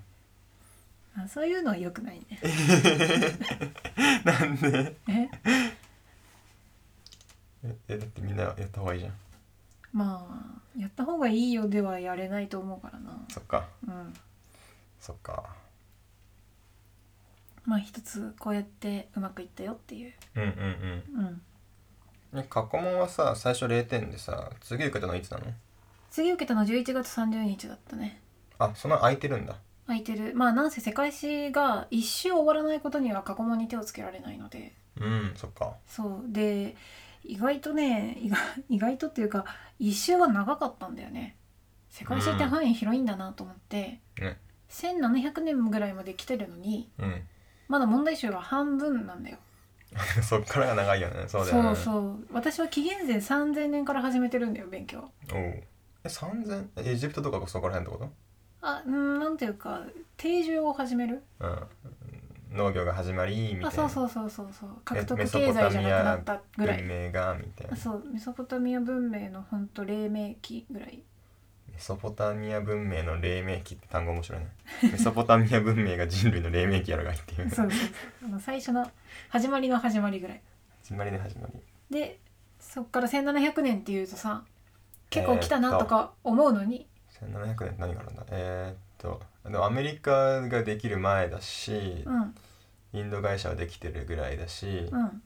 あそういうのは良くないね。
なんで
え
ええだってみんなやった方がいいじゃん
まあ、やった方がいいよではやれないと思うからな。
そっか
うん。
そっか
まあ一つこうやってうまくいったよっていう。
うんうんうん
うん。
え過去問はさ最初0点でさ次受けたのいつなの
次受けたの11月30日だったね。
あその空いてるんだ
空いてる。まあなんせ世界史が一周終わらないことには過去問に手をつけられないので。
うんそっか
そう。で、意外とね、意外 意外とっていうか、一周が長かったんだよね。世界史って範囲広いんだなと思って、
ね
1700年ぐらいまで来てるのに
うん
まだ問題集が半分なんだよ
そっからが長いよねそうだよね
そうそう私は紀元前3000年から始めてるんだよ勉強
おうえ3000えエジプトとかそこら辺ってこ
あうんなんていうか定住を始める
とうん農業が始まりみた
あ
いな
そうそうそうそうそう獲得経済じゃなくなったぐら
文
い
明がみたいな
あそうメソポタミア文明のほんと黎明期ぐらい
メソポタミア文明の黎明期って単語面白いね メソポタミア文明が人類の黎明期やるがいっていう
そうそうそうあの最初の始まりの始まりぐらい
始まりで始まり
でそっから1700年っていうとさ結構来たなとか思うのに、
1700年って何があるんだえー、っとでもアメリカができる前だし、
うん
インド会社はできてるぐらいだし、
うん、だか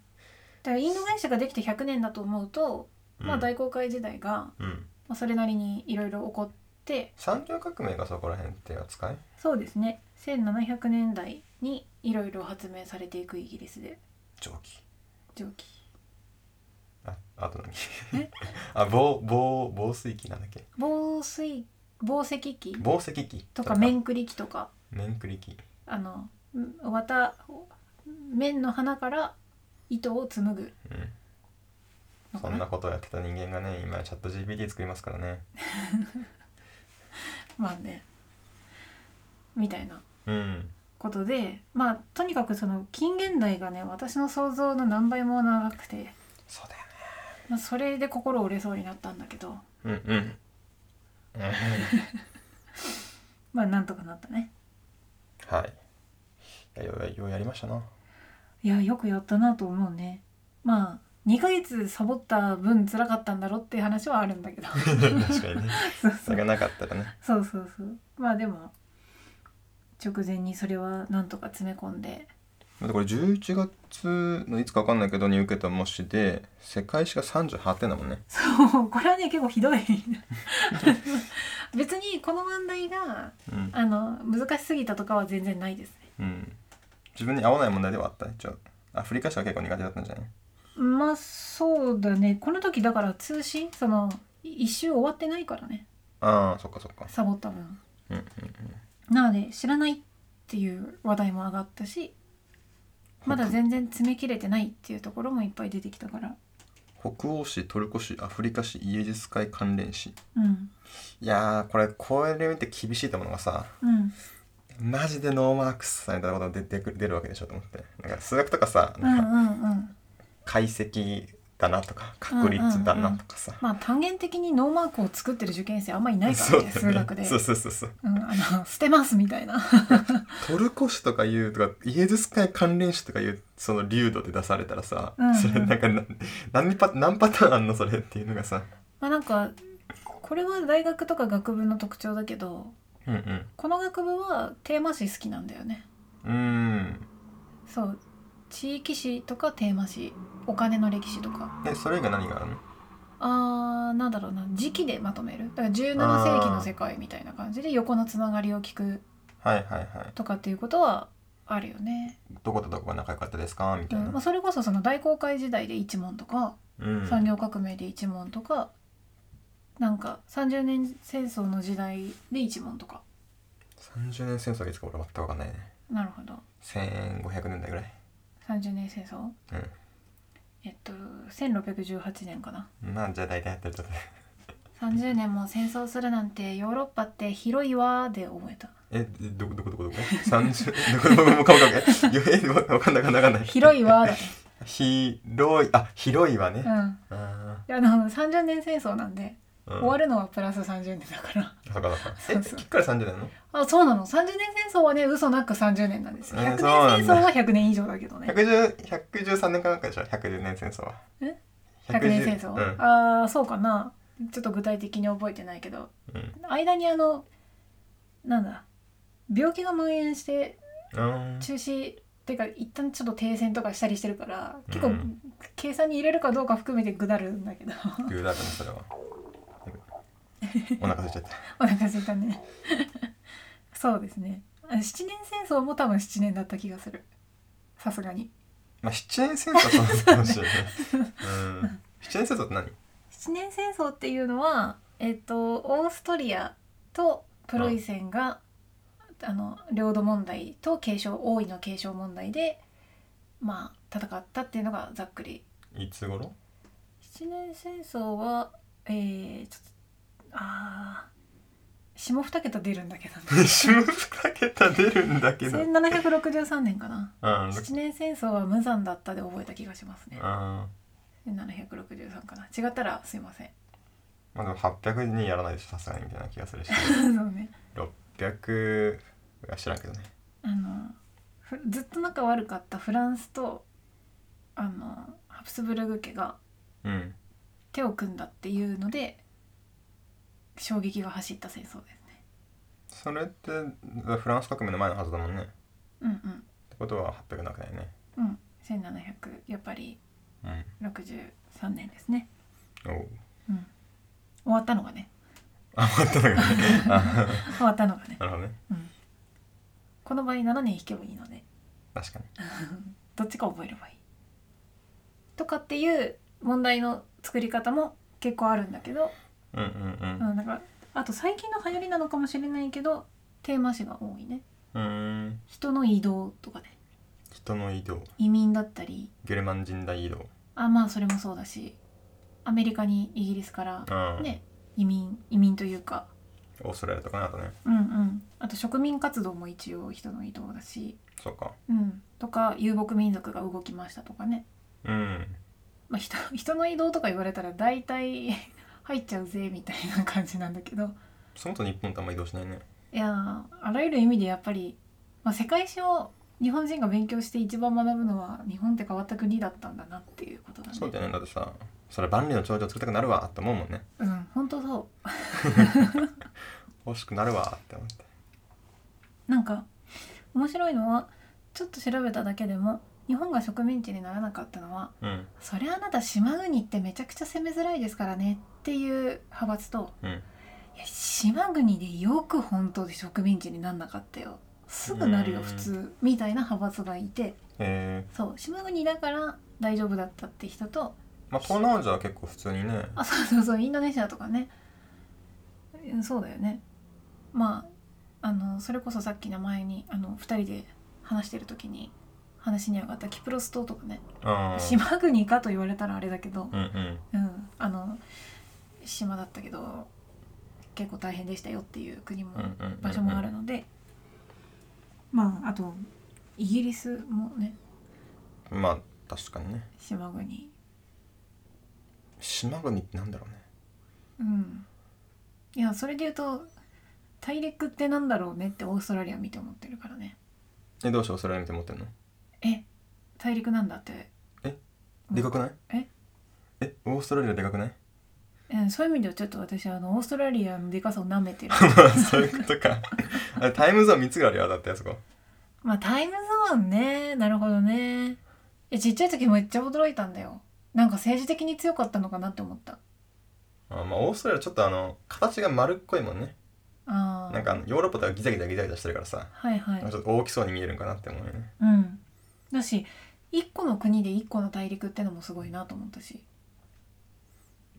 らインド会社ができて100年だと思うと、まあ、
うん
大航海時代が、ま
うん、
あ、それなりにいろいろ起こって
産業革命がそこら辺って扱い
そうですね1700年代にいろいろ発明されていくイギリスで
蒸気
蒸気
ああと何
え
あ防防防水機なんだっけ
防水防石器
防石機
とか面繰り器とか
面繰り機
あのん綿綿の花から糸を紡ぐ
うん
の
そ
か
んな
な
ことをやってた人間がね今チャット GPT 作りますからね
まあねみたいな
うん
ことでまあとにかくその近現代がね私の想像の何倍も長くて、
そうだ
まあ、それで心折れそうになったんだけど
よねうんうんうん
まあなんとかなったね
はいいやようようやりましたない
やよくやったなと思うねまあ2ヶ月サボった分辛かったんだろっていう話はあるんだけど
確かにね
そう
そ
そう
れがなかったらね
そうそうそうまあでも直前にそれはなんとか詰め込んで
だってこれ11月のいつかわかんないけどに受けた模試で世界史が38点だもんね
そうこれはね結構ひどい別にこの問題が
うん、
あの難しすぎたとかは全然ないですね
うん、自分に合わない問題ではあったねちょあ振り返しは結構苦手だったんじゃない
まあそうだねこの時だから通信そのい一周終わってないからね
ああそっかそっか
サボった分
うんうん
なので知らないっていう話題も上がったしまだ全然詰め切れてないっていうところもいっぱい出てきたから
北欧史トルコ史アフリカ史イエジス海関連史
うん
いやーこれこれ見て厳しいと思うのがさ
うん
マジでノーマークスされたこと出てくる出るわけでしょと思ってなんか数学とかさ
うんう
なんか
んうん
解析だなとか確率だなとかさ、
まあ単元的にノーマークを作ってる受験生あんまいないか
そう
ら
だ
ね
ね
数学で
そうそうそうそう
うんあの捨てますみたいな
トルコ史とかいうとかイエズス会関連史とかいうその流度で出されたらさ、
うんうん
それなんかな何パ何パターンあんのそれっていうのがさ
まあなんかこれは大学とか学部の特徴だけど
うんうん
この学部はテーマ誌好きなんだよね
うーん
そう地域史とかテーマ史お金の歴史とか
でそれ以外何があるの
あーなんだろうな時期でまとめるだから17世紀の世界みたいな感じで横のつながりを聞く
はいはいはい
とかっていうことはあるよね、
どことどこが仲良かったですかみ
う
たい
んまあ、
な、
それこそその大航海時代で一門とか、
うん、
産業革命で一門とかなんか30年戦争の時代で一門とか
30年戦争がいつか俺全く分かんないね
なるほど
1500年代ぐらい
30年戦争えっと1618年かな
うんまあじゃあ大体やってるとね
30年も戦争するなんてヨーロッパって広いわーで覚えた
えどこどこどこどこ30どこど こもう顔かけえ分かんない分かんない分かんない
広いわーだ ね
広いあ広いわね、
うん
あ
いやあの30年戦争なんで、
ーうん
終わるのはプラス30年だから
そうかそうか
そう
え
そう
きっから30年なの
あそうなの30年戦争はね嘘なく30年なんですよ
えー
100
そうなん
年戦
だ
争は100年以上だけどね
110 113年かなんかでしょ110年戦争は
え
110
100年戦
う
争、
ん
ああそうかなちょっと具体的に覚えてないけど
うん
間にあのなんだ病気が蔓延して
うん
中止っていうか一旦ちょっと停戦とかしたりしてるから結構、
うん
計算に入れるかどうか含めてぐだるんだけど
グーだったねそれはお腹空いちゃった
お腹すいたね そうですねあ七年戦争も多分七年だった気がするさすがに
まあ七年戦争はそうかもしれないうん七年戦争って何
七年戦争っていうのはえっ、とオーストリアとプロイセンが、あの領土問題と継承王位の継承問題でまあ戦ったっていうのがざっくり
いつ頃
七年戦争はえー、ちょっとあー下二桁出るんだけど、ね、
下2桁 出るんだけどうん
1763年かな
あ
七年戦争は無残だったで覚えた気がしますね
あ
763かな違ったらすいません
まあでも800にやらないでしょさすがにみたいな気がするし
そうね
600は知らんけどね
あのふずっと仲悪かったフランスとあのハプスブルグ家が
うん
手を組んだっていうので衝撃が走った戦争ですね
それってフランス革命の前のはずだもんねっ
うん
てことは800なくないね
うんうん1700やっぱり
うん
63年ですね
おう
うん終わったのがね
あ終わったのかね あ
終わったのがね
なるほどね
この場合7年引けばいいので
確かに
どっちか覚えればいいとかっていう問題の作り方も結構あるんだけど、
うんうん
うん、なんかあと最近の流行りなのかもしれないけどテーマ詞が多いね
うんうーん
人の移動とかね
人の移動
移民だったり
ゲルマン人大移動
あまあそれもそうだしアメリカにイギリスから
うん、
ね移民移民というか
オーストラリアとかねあとね
うんうんあと植民活動も一応人の移動だし
そうか
うんとか遊牧民族が動きましたとかね
うん
まあ、人 人の移動とか言われたら大体 入っちゃうぜみたいな感じなんだけど
そもそも日本とあんま移動しないね
いやーあらゆる意味でやっぱり、まあ、世界史を日本人が勉強して一番学ぶのは日本って変わった国だったんだなっていうことだね。
そうだよねだってさそれ万里の長城作りたくなるわって思うもんね
うん本当そ
欲しくなるわって思って
うなんか面白いのはちょっと調べただけでも日本が植民地にならなかったのは
うん
「そりゃあなた島国ってめちゃくちゃ攻めづらいですからね」っていう派閥と
うん
いや島国でよく本当で植民地になんなかったよすぐなるよ
うん
普通みたいな派閥がいて
え
そう島国だから大丈夫だったって人と
ー、まあ東南アジアは結構普通にね
あそうそうそうインドネシアとかねうんそうだよねまああのそれこそさっき名前にあの2人で話してる時に話に上がったキプロス島とかね
うん
島国かと言われたらあれだけど、
うんうん
うん、あの島だったけど結構大変でしたよっていう国も
うんうんうんうん
場所もあるので、まああとイギリスもね
まあ確かにね
島国
島国ってなんだろうね
うんいやそれで言うと大陸ってなんだろうねってオーストラリア見て思ってるからね
えどうしてオーストラリア見て持ってんの
え大陸なんだって
でかくない
え
えオーストラリアでかくない
うん、そういう意味ではちょっと私あのオーストラリアのでかさを舐 めてる
そういうこと かあれタイムゾーン3つぐらいあるよだってあそこ
まあタイムゾーンねなるほどねいやちっちゃい時めっちゃ驚いたんだよなんか政治的に強かったのかなって思った
あまあオーストラリアはちょっとあの形が丸っこいもんね
ああ
なんかあのヨーロッパではギザギザギザギザしてるからさ
はいはい
なんかちょっと大きそうに見えるんかなって思うよね
うんだし一個の国で一個の大陸ってのもすごいなと思ったし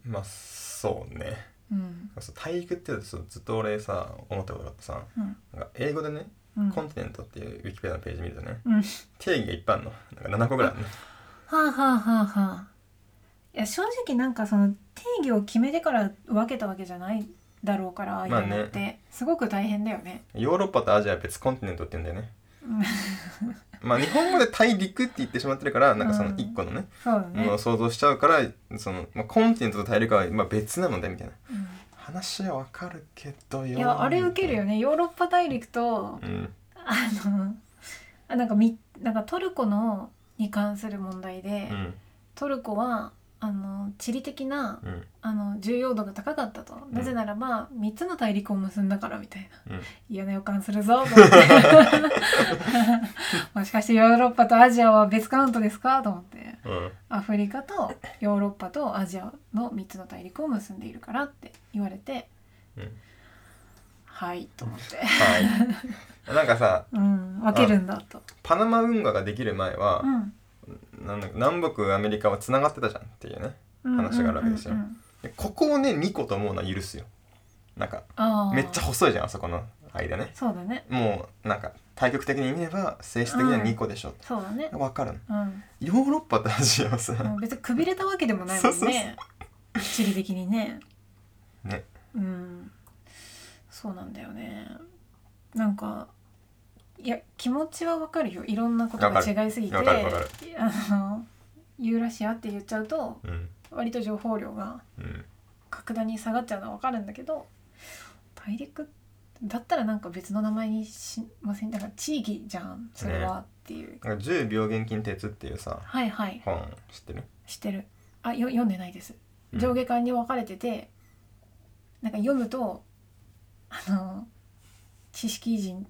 まあそうね
うん
そう大陸ってそうずっと俺さ思ったことがあってさ
うん
なんか英語でね
うん
コンティネントっていうウィキペディアのページ見るとね
うん
定義がいっぱいあるのなんか7個ぐらいあるの
はあはあはあはあいや正直なんかその定義を決めてから分けたわけじゃないだろうからああいう
まあ
の
ね
って、すごく大変だよね
ヨーロッパとアジアは別コンティネントって言うんだよね
うん
まあ日本語で大陸って言ってしまってるからなんかその
うん
1個のね
そうだ
も
ね
のを想像しちゃうからその、まあ、コンティネントと大陸はまあ別なのでみたいな
う
話はわかるけど
ん
よ
いやあれ受けるよねヨーロッパ大陸と
うん
あのあなんかみなんかトルコのに関する問題で、
うん
トルコはあの地理的な
うん
あの重要度が高かったと、
ん
なぜならば3つの大陸を結んだからみたいな
うん
嫌な予感する ぞ と思ってもしかしてヨーロッパとアジアは別カウントですかと思って
うん
アフリカとヨーロッパとアジアの3つの大陸を結んでいるからって言われて
うん
はいと思って、
はい なんかさ
うん、分けるんだと。
パナマ運河ができる前は
う、ん
なんだ南北アメリカはつながってたじゃんっていうね話があるわけですよ
うんうんうんうん
でここをね2個と思うのは許すよなんか
あー
めっちゃ細いじゃんあそこの間ね
そうだね
もうなんか対極的に見れば性質的には2個でしょ
そうだね、
わかるの
うん、
ヨーロッパとアジアは さ、
もう別にくびれたわけでもないも
そうんそう
ね地理的にね
ね
うんそうなんだよねなんかいや気持ちはわかるよいろんなことが
わか
違いすぎて
わかるわかる
あのユーラシアって言っちゃうと
うん
割と情報量が
うん
格段に下がっちゃうのはわかるんだけど大陸だったらなんか別の名前にしませんだから地域じゃんそれは、っていう
なんか10秒現金鉄っていうさ
はいはい
本知ってる
知ってるあよ読んでないです
うん
上下巻に分かれてて、なんか読むとあの知識人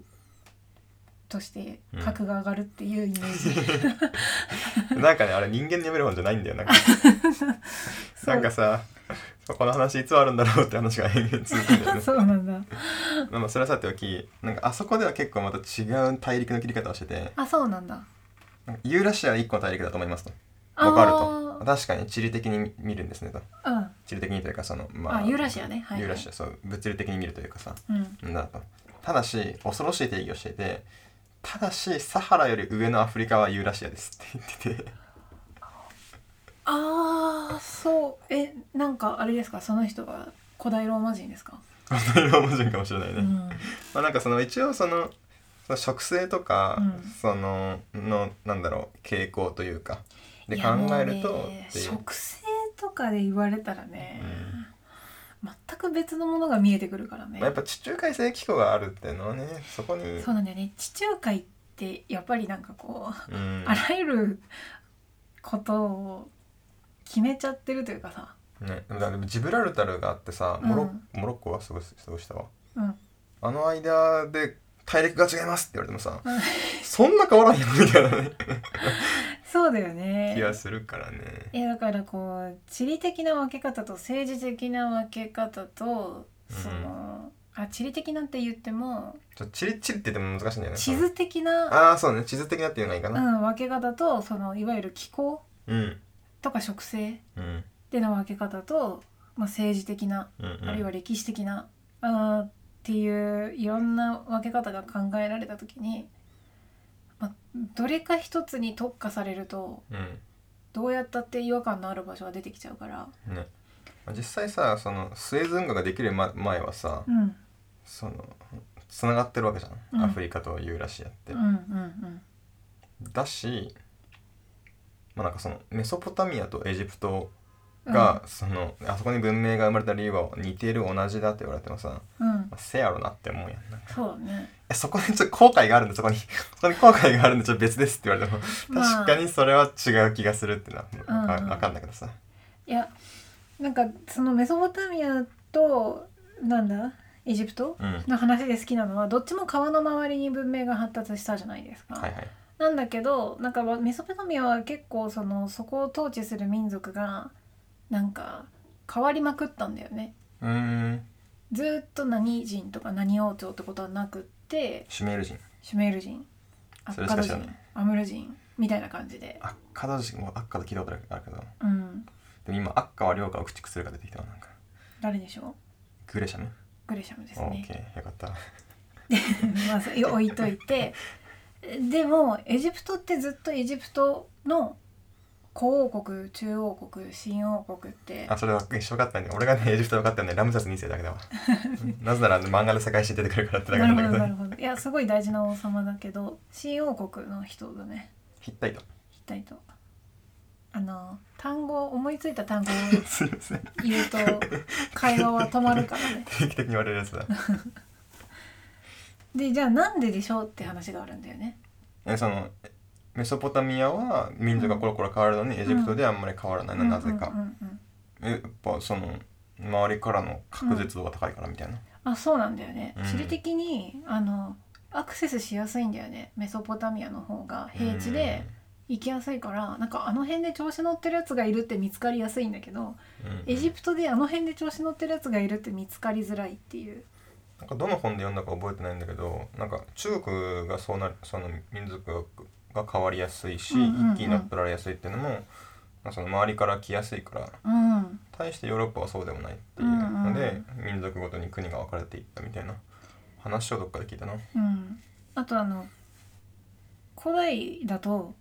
として格が上がるっていうイメー ジ、
なんかねあれ人間で読める本じゃないんだよなんか
そう
なんかさこの話いつあるんだろうって話が延々続くんだ よね
そうなんだ
まあまあそれはさておきなんかあそこでは結構また違う大陸の切り方をしてて
あそうなんだ
なんかユーラシアは1個の大陸だと思いますと
あー
わかると確かに地理的に見るんですねと
うん
地理的にというかそのまあ
あユーラシアねはいはい
ユーラシアそう物理的に見るというかさ
うん
なんだとただし恐ろしい定義をしていてただしサハラより上のアフリカはユーラシアですって 言ってて
ああそうえなんかあれですかその人は古代ローマ人ですか、
本当にローマ人かもしれないね、
うん
まあなんかその一応そのその植生とか、
うん
そののなんだろう傾向というかで
い
考
やもう
えると
ね
っていう
植生とかで言われたらね、全く別のものが見えてくるからね、
まあやっぱ地中海性気候があるっていうのはねそこにう
そうなんだよね地中海ってやっぱりなんかこう、
ん
あらゆることを決めちゃってるというかさ、
ね、でもだからジブラルタルがあってさモロ,、モロッコはすごいすごいしたわ
うん、
あの間で大陸が違いますって言われてもさ
うん
そんな変わらんよみたい なね
そうだよ
気が
ね。
するからね
いやだからこう地理的な分け方と政治的な分け方とその、あ地理的なんて言っても
ちょチリチリって言っても難しいんだよね
地図的
その
な、
ああそうね地図的なっていうのがいいか
う、
なん
分け方とそのいわゆる気候
うん
とか植生
うん
での分け方と、まあ、政治的な
うんうん
あるいは歴史的な、あーっていういろんな分け方が考えられた時に、まあ、どれか一つに特化されると
うん
どうやったって違和感のある場所が出てきちゃうから、
ねまあ実際さそのスエズ運河ができるま前はさ
うん、うん
そのつながってるわけじゃん、
うん
アフリカとユーラシアって、
うんうん
だしまあなんかそのメソポタミアとエジプトが、そのあそこに文明が生まれた理由は似てる同じだって言われてもさ、
うん、うん
まあ、せやろなって思うやんなんか
そうだね
えそこにちょっと後悔があるんでそこに そこに後悔があるんでちょっと別ですって言われても
まあ
確かにそれは違う気がするってな、
う
わ
ん
わかんだけどさ
いやなんかそのメソポタミアとなんだエジプト
うんはい
の話で好きなのはどっちも川の周りに文明が発達したじゃないですか。
はい
なんだけどなんかわメソポタミアは結構そのそこを統治する民族がなんか変わりまくったんだよね
うーん
ずーっと何人とか何王朝ってことはなくって
シュメール人
シュメール人ア
それ
ッ
し
カ
か
ド
知ら
人
ない
アムル人みたいな感じで
アッカだしもうアッカだ聞いたことあるけど
うん
でも今アッカは量かを駆逐するか出てきたわなんか
誰でしょう
グレシャム、
グレシャムです
オー
ね
ケーよかった
まあそれ置いといて でもエジプトってずっとエジプトの古王国中王国新王国って
あそれは一緒だったね俺がねエジプト分かったんでラムサス2世だけ だわうんなぜならあの漫画で世界史に出てくるからってだけ
な
な
る
ん
ほ
だ
ど
けど
なるほどいやすごい大事な王様だけど新王国の人だね
ヒッタイト
ヒッタイトあの単語思いついた単語を
すいません
言 うと会話は止まるからね
定期的に言われるやつだ
でじゃあなんででしょうって話があるんだよね
えそのメソポタミアは民族がコロコロ変わるのに、エジプトではあんまり変わらないのはなぜ
うんうん
か、
うんうん
えやっぱその周りからの確実度が高いからみたいな、
あそうなんだよね、
うん
地理的にあのアクセスしやすいんだよねメソポタミアの方が平地で行きやすいから、なんかあの辺で調子乗ってるやつがいるって見つかりやすいんだけど、
うん、うん
エジプトであの辺で調子乗ってるやつがいるって見つかりづらいっていう
なんかどの本で読んだか覚えてないんだけどなんか中国がそうなるその民族が変わりやすいし、
うんうんうん
一気になっ取られやすいっていうのもまあその周りから来やすいから
うん
対してヨーロッパはそうでもないっていうので、民族ごとに国が分かれていったみたいな話をどっかで聞いたな。
うんあとあの古代だと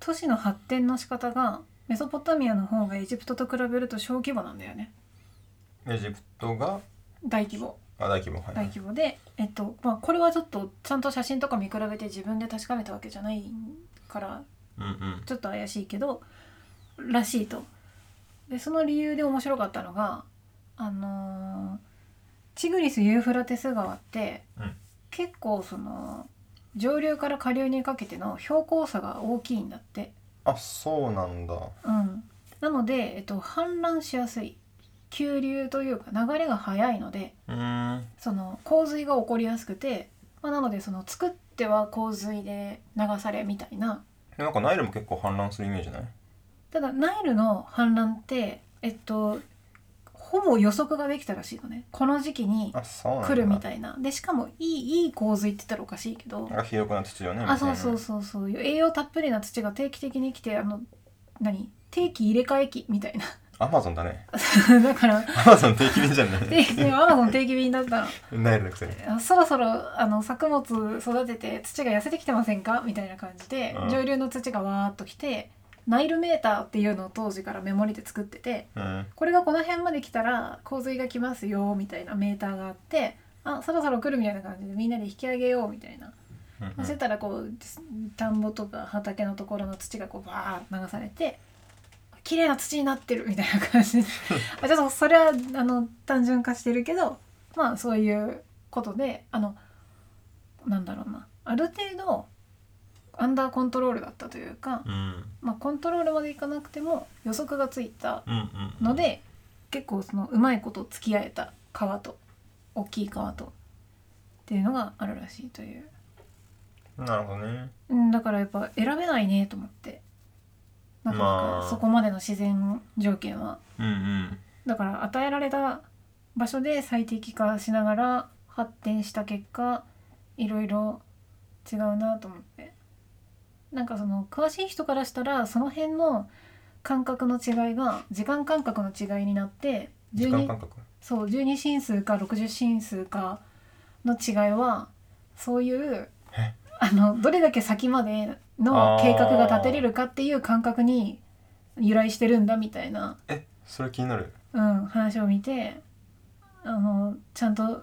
都市の発展の仕方がメソポタミアの方がエジプトと比べると小規模なんだよね
エジプトが
大規模
あ大規模はい、
大規模で、えっとまあ、これはちょっとちゃんと写真とか見比べて自分で確かめたわけじゃないから
うんうん
ちょっと怪しいけどらしいと。でその理由で面白かったのがあのーチグリス・ユーフラテス川って、
うん
結構その上流から下流にかけての標高差が大きいんだって。
あそうなんだ。
うん、なので、えっと、氾濫しやすい急流というか流れが速いので
うーん
その洪水が起こりやすくて、まあ、なのでその作っては洪水で流されみたいな
でなんかナイルも結構氾濫するイメージない
ただナイルの氾濫ってえっとほぼ予測ができたらしいのねこの時期に
あそうなんだ。
来るみ
い
たいなでしかもいいいい洪水って言ったらおかしいけど
なんかひどくなって土よね。
あ
みたい
そう
な
そうそうそう栄養たっぷりな土が定期的に来てあの何定期入れ替え期みたい
アマゾンだね。
な だから
アマゾン定期便じゃない。
定期アマゾン定期便だったの
ナイルのくせに。
あそろそろあの作物育てて土が痩せてきてませんかみたいな感じで、
うん
上流の土がわーっときてナイルメーターっていうのを当時からメモリで作ってて
うん。
これがこの辺まで来たら洪水が来ますよみたいなメーターがあってあそろそろ来るみたいな感じでみんなで引き上げようみたいな、
うんう
そし
ん
たらこう田んぼとか畑のところの土がこうバーッと流されて綺麗な土になってるみたいな感じ であちょっとそれはあの単純化してるけどまあそういうことであのなんだろうなある程度アンダーコントロールだったというか、
うん
まあ、コントロールまでいかなくても予測がついた
うんうんうん
ので結構そのうまいこと付き合えた川と大きい川とっていうのがあるらしいという
なるほどね
うんだからやっぱ選べないねと思ってなかな
まあ
かそこまでの自然条件は
うんうん
だから与えられた場所で最適化しながら発展した結果いろいろ違うなと思ってなんかその詳しい人からしたらその辺の感覚の違いが時間感覚の違いになって
時間
12
感覚
そう12進数か60進数かの違いはそういう
え
あのどれだけ先までの計画が立てれるかっていう感覚に由来してるんだみたいな、
えそれ気になる
うん、話を見てあのちゃんと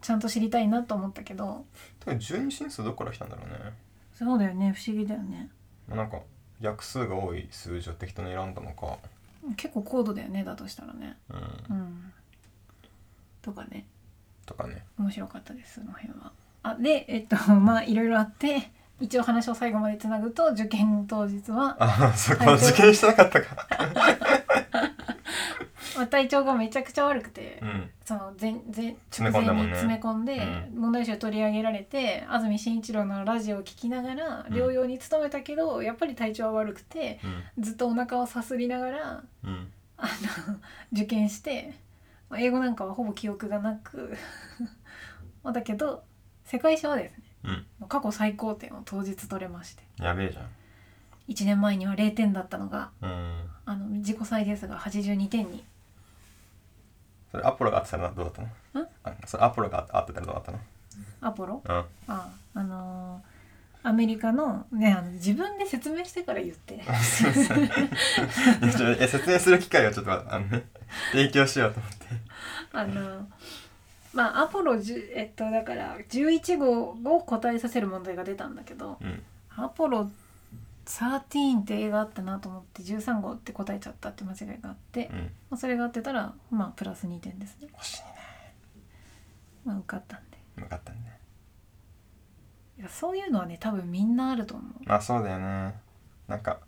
ちゃんと知りたいなと思ったけど
てか十二進数どこから来たんだろうね
そうだよね不思議だよね
まあなんか約数が多い数字を適当に選んだのか
結構高度だよねだとしたらね
うん
うんとかね
とかね
面白かったですその辺は。あでえっと まあいろいろあって一応話を最後までつなぐと受験当日は、
あそこ
は
はい受験してなかったか
まあ、体調がめちゃくちゃ悪くて、
うん
その前前
詰
直
め込んだ
前
もん
に
ね
詰め込んで
う
問題集を取り上げられて、安住紳一郎のラジオを聞きながら
うん
療養に努めたけど、やっぱり体調は悪くて
うん
ずっとお腹をさすりながら
うん
ああの 受験して、まあ、英語なんかはほぼ記憶がなく まあだけど世界史はですね
うん
過去最高点を当日取れまして
やべえじゃん
1年前には0点だったのが
うん
あの自己最ですが82点に
それアポロが当てたらどうだったの
ん
あそれアポロが当てたらどうだったの
アポロ
うん
ああのーアメリカのねあの自分で説明してから言って
いやちょえ説明する機会をちょっとあのね提供しようと思って
あのまあアポロ10えっとだから11号を答えさせる問題が出たんだけど
うん
アポロ13って映画あったなと思って13号って答えちゃったって間違いがあって、
う
ま
ん
あ、それが合ってたらまあプラス2点ですね、
星にね
まあ、受かったんで
向かったんね
いやそういうのはね多分みんなあると思う
まあそうだよねなんか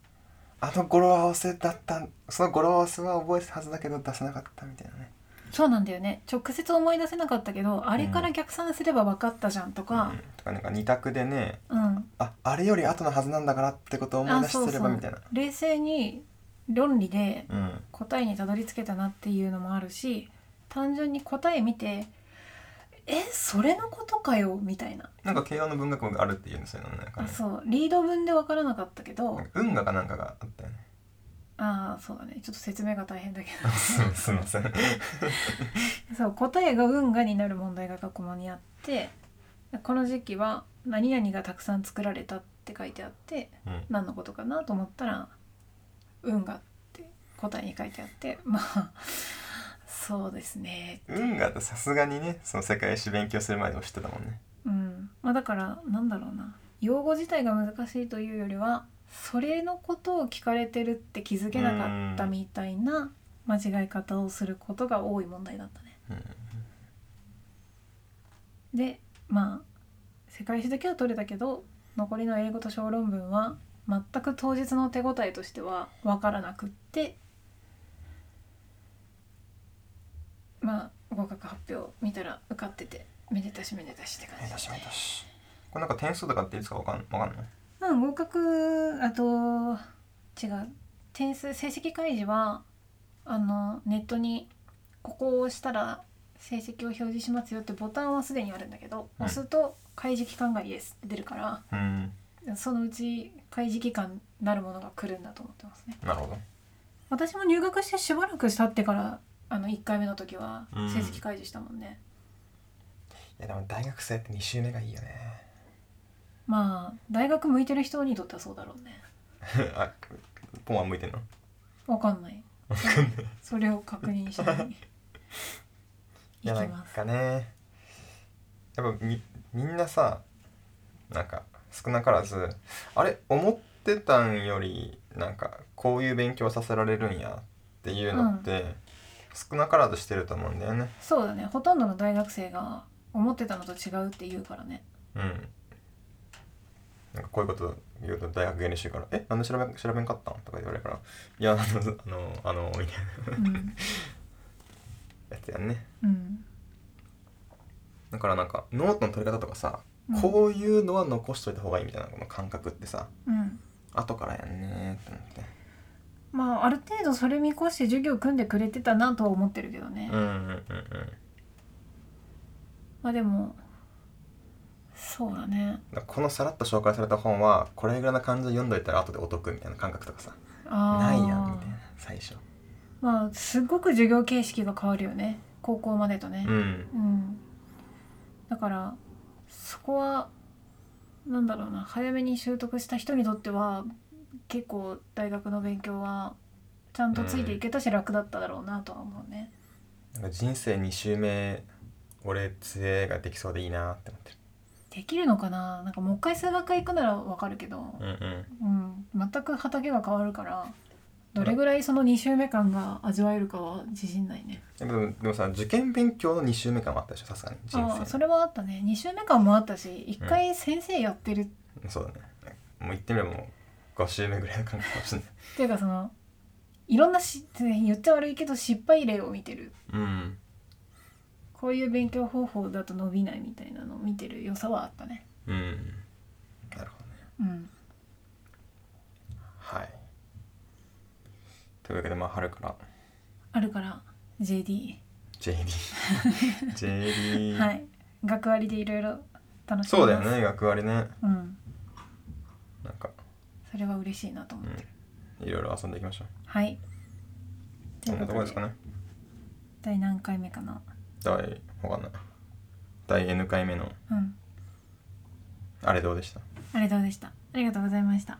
あの語呂合わせだったその語呂合わせは覚えてたはずだけど出せなかったみたいなね
そうなんだよね直接思い出せなかったけどあれから逆算すれば分かったじゃんとか
うん、とかなんか二択でね
うん、
ああれより後のはずなんだからってことを思い出してればみたいな
冷静に論理で
うん
答えにたどり着けたなっていうのもあるし単純に答え見てえそれのことかよみたいな
なんか慶応の文学部があるっていうんですよねなんか
あ
ね
そうリード文で分からなかったけど
なんか運河かなんかがあったよね
ああそうだねちょっと説明が大変だけ
すすいません
ど そう答えが運河になる問題が過去問にあってこの時期は何々がたくさん作られたって書いてあって
うん
何のことかなと思ったら「運河」って答えに書いてあってまあそうですね
運河ってさすがにねその世界史勉強する前に押してたもんね
うんまあだからなんだろうな用語自体が難しいというよりはそれのことを聞かれてるって気づけなかったみたいな間違い方をすることが多い問題だったね。
うん
でまあ世界史だけは取れたけど残りの英語と小論文は全く当日の手応えとしては分からなくってまあ合格発表見たら受かっててめでたしめでたしって感
めで
じだ
た
っ
しため
ね
でたしこれなんか点数とかっていつかわかんわかんない
うん、合格あと違う点数成績開示はあのネットにここを押したら成績を表示しますよってボタンはすでにあるんだけど、
うん
押すと開示期間外ですって出るから
うん
そのうち開示期間なるものが来るんだと思ってますね
なるほど
私も入学してしばらく経ってからあの1回目の時は
うん
成績開示したもんね、
いやでも大学生って2週目がいいよね
まあ大学向いてる人にとってはそうだろうね
あポンは向いてんの
わかんない
わかんない
それを確認しに
い
行
やな
き
ん
ます。
かねやっぱみみんなさなんか少なからずあれ思ってたんよりなんかこういう勉強させられるんやっていうのって、少なからずしてると思うんだよね。
そうだね。ほとんどの大学生が思ってたのと違うって言うからね。
うんなんかこういうこと言うと大学芸にしてから「えなんで調べん調べんかったん?」とか言われるから「いやあのあのあの」みたいな
うん。
やつやんね。
うん。
だからなんかノートの取り方とかさ、
うん
こういうのは残しといた方がいいみたいなこの感覚ってさ
うん。
後からやんねーって思って
まあある程度それ見越して授業組んでくれてたなとは思ってるけどね。
うんうんうん
まあでもそうだね。
うんこのさらっと紹介された本はこれぐらいの感じで読んどいたら後でお得みたいな感覚とかさ
あ
な
ー
いやんみたいな最初
まあすごく授業形式が変わるよね。高校までとね。
うん
うん、だからそこはなんだろうな早めに習得した人にとっては結構大学の勉強はちゃんとついていけたし楽だっただろうなとは思うね。
なんか人生2周目俺杖ができそうでいいなーって思って
できるのかななんかもう一回数学科行くならわかるけど、
るうんうん
うん、全く畑が変わるからどれぐらいその2週目感が味わえるかは自信ないね。
でもでもさ受験勉強の2周目感はあったでしょさすがに人
ああ
生
それはあったね2週目感もあったし1回先生やってるっ
そうだねもう言ってみればもう5周目ぐらいの感覚かもしれない
っていうかそのいろんなし言っちゃ悪いけど失敗例を見てる
うん
こういう勉強方法だと伸びないみたいなのを見てる良さはあったね
うんなるほどね
うん
はい。というわけで、まあ、春から
あるから JD
JD JD
はい学割でいろいろ楽しみ
そうだよね学割ね
うん
なんか、
それは嬉しいなと思ってる、
うん、いろいろ遊んでいきましょう
はいと
こん
いう
な
こ
とことろ
で
ですかね
第何回目かな
第わかんない第 N 回目の
うん
あれどうでした
あれどうでしたありがとうございました